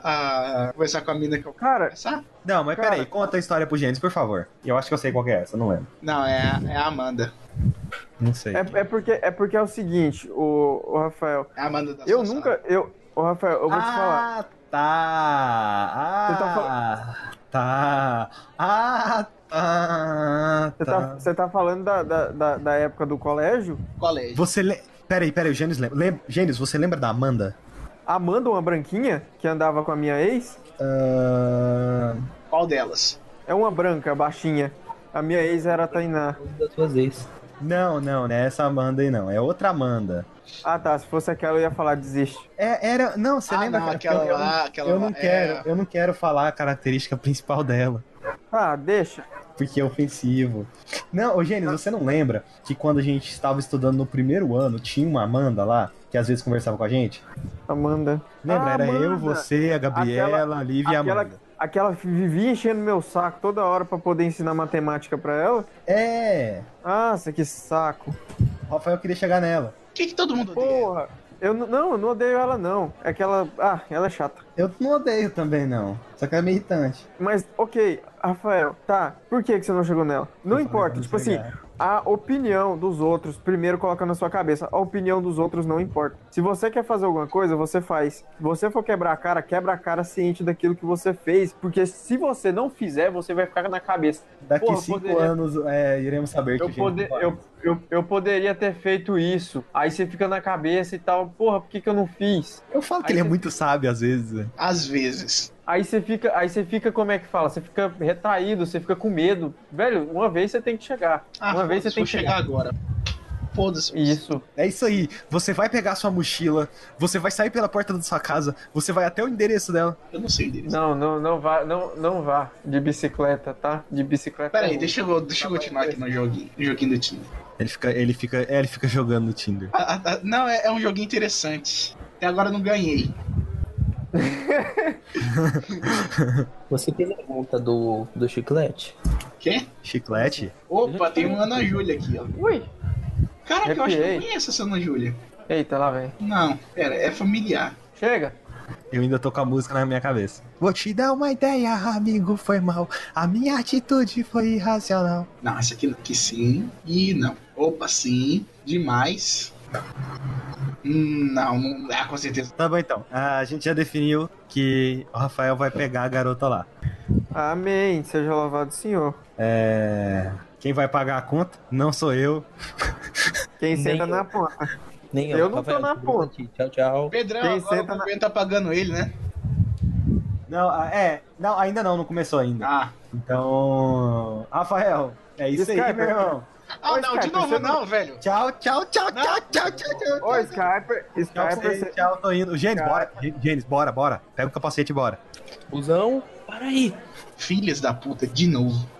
Speaker 1: a, a conversar com a mina que eu
Speaker 3: Cara,
Speaker 1: conversar?
Speaker 4: Não, mas
Speaker 3: Cara-
Speaker 4: peraí, conta a história pro Gênesis, por favor. Eu acho que eu sei qual que é essa, não lembro.
Speaker 1: Não, é, a- é a Amanda.
Speaker 4: Não sei.
Speaker 3: é, é, porque, é porque é o seguinte, o, Rafael.
Speaker 1: É a Amanda da
Speaker 3: Eu
Speaker 1: sua
Speaker 3: nunca.
Speaker 1: sala.
Speaker 3: Eu, ô, Rafael, eu vou te falar.
Speaker 4: Tá Ah,
Speaker 3: Você tá
Speaker 4: tá. Ah, tá. Ah, tá.
Speaker 3: Você tá,
Speaker 4: tá.
Speaker 3: você tá falando da, da, da, da época do colégio?
Speaker 1: Colégio.
Speaker 4: Você le... Peraí, peraí, o Gênesis lembra. Lem- Gênesis, você lembra da Amanda?
Speaker 3: Amanda, uma branquinha, que andava com a minha ex,
Speaker 4: Ah,
Speaker 1: Qual delas?
Speaker 3: é uma branca, baixinha. A minha ex era a Tainá.
Speaker 5: Todas das suas ex.
Speaker 4: Não, não, não é essa Amanda aí, não. É outra Amanda.
Speaker 3: Ah, tá. Se fosse aquela, eu ia falar desiste.
Speaker 4: É, era. Não, você
Speaker 1: ah,
Speaker 4: lembra
Speaker 1: não,
Speaker 4: cara?
Speaker 1: aquela
Speaker 4: eu,
Speaker 1: lá, aquela
Speaker 4: eu não
Speaker 1: lá, é,
Speaker 4: quero, eu não quero falar a característica principal dela.
Speaker 3: Ah, deixa.
Speaker 4: Porque é ofensivo. Não, ô Gênesis, você não lembra que quando a gente estava estudando no primeiro ano, tinha uma Amanda lá, que às vezes conversava com a gente?
Speaker 3: Amanda.
Speaker 4: Lembra?
Speaker 3: Ah,
Speaker 4: era eu,
Speaker 3: Amanda.
Speaker 4: você, a Gabriela, a Lívia e a
Speaker 3: aquela,
Speaker 4: Amanda.
Speaker 3: aquela que vivia enchendo meu saco toda hora pra poder ensinar matemática pra ela.
Speaker 4: É,
Speaker 3: Nossa, que saco.
Speaker 4: o Rafael queria chegar nela.
Speaker 1: O que, que todo mundo odeia?
Speaker 3: Porra. Eu n- não, eu não odeio ela não. É que ela, ah, ela é chata.
Speaker 4: Eu não odeio também, não. Só que é meio irritante.
Speaker 3: Mas OK, Rafael, tá. Por que que você não chegou nela? Não
Speaker 4: Eu
Speaker 3: importa,
Speaker 4: falei
Speaker 3: tipo
Speaker 4: pra você
Speaker 3: assim, a opinião dos outros, primeiro coloca na sua cabeça, a opinião dos outros não importa. Se você quer fazer alguma coisa, você faz. Se você for quebrar a cara, quebra a cara ciente daquilo que você fez, porque se você não fizer, você vai ficar na cabeça.
Speaker 4: Daqui
Speaker 3: Porra,
Speaker 4: cinco
Speaker 3: poderia-
Speaker 4: anos é, iremos saber que
Speaker 3: Eu,
Speaker 4: o
Speaker 3: poder,
Speaker 4: Gênesis faz.
Speaker 3: eu, eu, eu poderia ter feito isso. Aí você fica na cabeça e tal, porra, por que, que eu não fiz?
Speaker 4: Eu falo
Speaker 3: Aí
Speaker 4: que ele é
Speaker 3: você-
Speaker 4: muito sábio às vezes. né?
Speaker 1: Às vezes.
Speaker 3: Aí você fica, aí você fica, como é que fala? Você fica retraído, você fica com medo. Velho, uma vez você tem que chegar.
Speaker 1: Ah,
Speaker 3: uma vez você
Speaker 1: foda-se,
Speaker 3: tem
Speaker 1: vou
Speaker 3: que
Speaker 1: chegar
Speaker 3: chegar.
Speaker 1: agora. Foda-se.
Speaker 3: Isso.
Speaker 4: É isso aí. Você vai pegar sua mochila, você vai sair pela porta da sua casa, você vai até o endereço dela.
Speaker 1: Eu não sei o endereço.
Speaker 3: Não, não, não vá, não, não vá de bicicleta, tá? De bicicleta.
Speaker 1: Pera aí,
Speaker 3: não.
Speaker 1: deixa eu, deixa eu continuar aqui no joguinho, joguinho do Tinder.
Speaker 4: Ele fica, ele fica, é, ele fica jogando no Tinder.
Speaker 1: Ah, ah, ah, não, é, é um joguinho interessante. Até agora eu não ganhei.
Speaker 5: Você fez a pergunta do, do chiclete?
Speaker 1: Quê?
Speaker 4: Chiclete?
Speaker 1: Opa, tem uma Ana Júlia aqui, ó.
Speaker 3: Ui.
Speaker 1: Caraca, eu acho que eu
Speaker 3: Arrepiei.
Speaker 1: conheço essa Ana Júlia.
Speaker 3: Eita, lá vem.
Speaker 1: Não, pera, é familiar.
Speaker 3: Chega.
Speaker 4: Eu ainda tô com a música na minha cabeça. Vou te dar uma ideia, amigo, foi mal. A minha atitude foi irracional.
Speaker 1: Não, essa aqui, aqui sim. E não. Opa, sim. Demais. Hum, Não, não. Ah, com certeza.
Speaker 4: Tá bom então. A gente já definiu que o Rafael vai pegar a garota lá.
Speaker 3: Amém. Seja louvado o Senhor.
Speaker 4: É. Quem vai pagar a conta? Não sou eu.
Speaker 3: Quem
Speaker 5: Nem
Speaker 3: senta
Speaker 5: eu.
Speaker 3: na ponta.
Speaker 5: Nem eu.
Speaker 3: Eu não tô
Speaker 5: Rafael,
Speaker 3: na
Speaker 5: te gruda
Speaker 3: ponta.
Speaker 5: aqui. Tchau, tchau.
Speaker 1: Pedrão,
Speaker 3: Quem
Speaker 1: agora o
Speaker 3: senta na-
Speaker 1: governo tá pagando ele, né?
Speaker 4: Não, ah, é. Não, ainda não, não começou ainda.
Speaker 1: Ah.
Speaker 4: Então. Rafael, é isso aí,
Speaker 3: Skype,
Speaker 4: meu irmão.
Speaker 1: Ah,
Speaker 3: Ô,
Speaker 1: não,
Speaker 3: Skype,
Speaker 1: de novo
Speaker 3: você
Speaker 1: não,
Speaker 3: não-
Speaker 1: velho.
Speaker 4: Tchau, tchau, tchau,
Speaker 1: Não.
Speaker 4: tchau, tchau, tchau, tchau.
Speaker 3: Ô, Skyper,
Speaker 4: Tchau, pra
Speaker 3: Skyper,
Speaker 4: você,
Speaker 3: você-
Speaker 4: tchau, tô indo. Gênesis, bora. Gênesis, bora, bora. Pega o capacete e bora.
Speaker 5: Busão, para aí.
Speaker 1: Filhas da puta, de novo.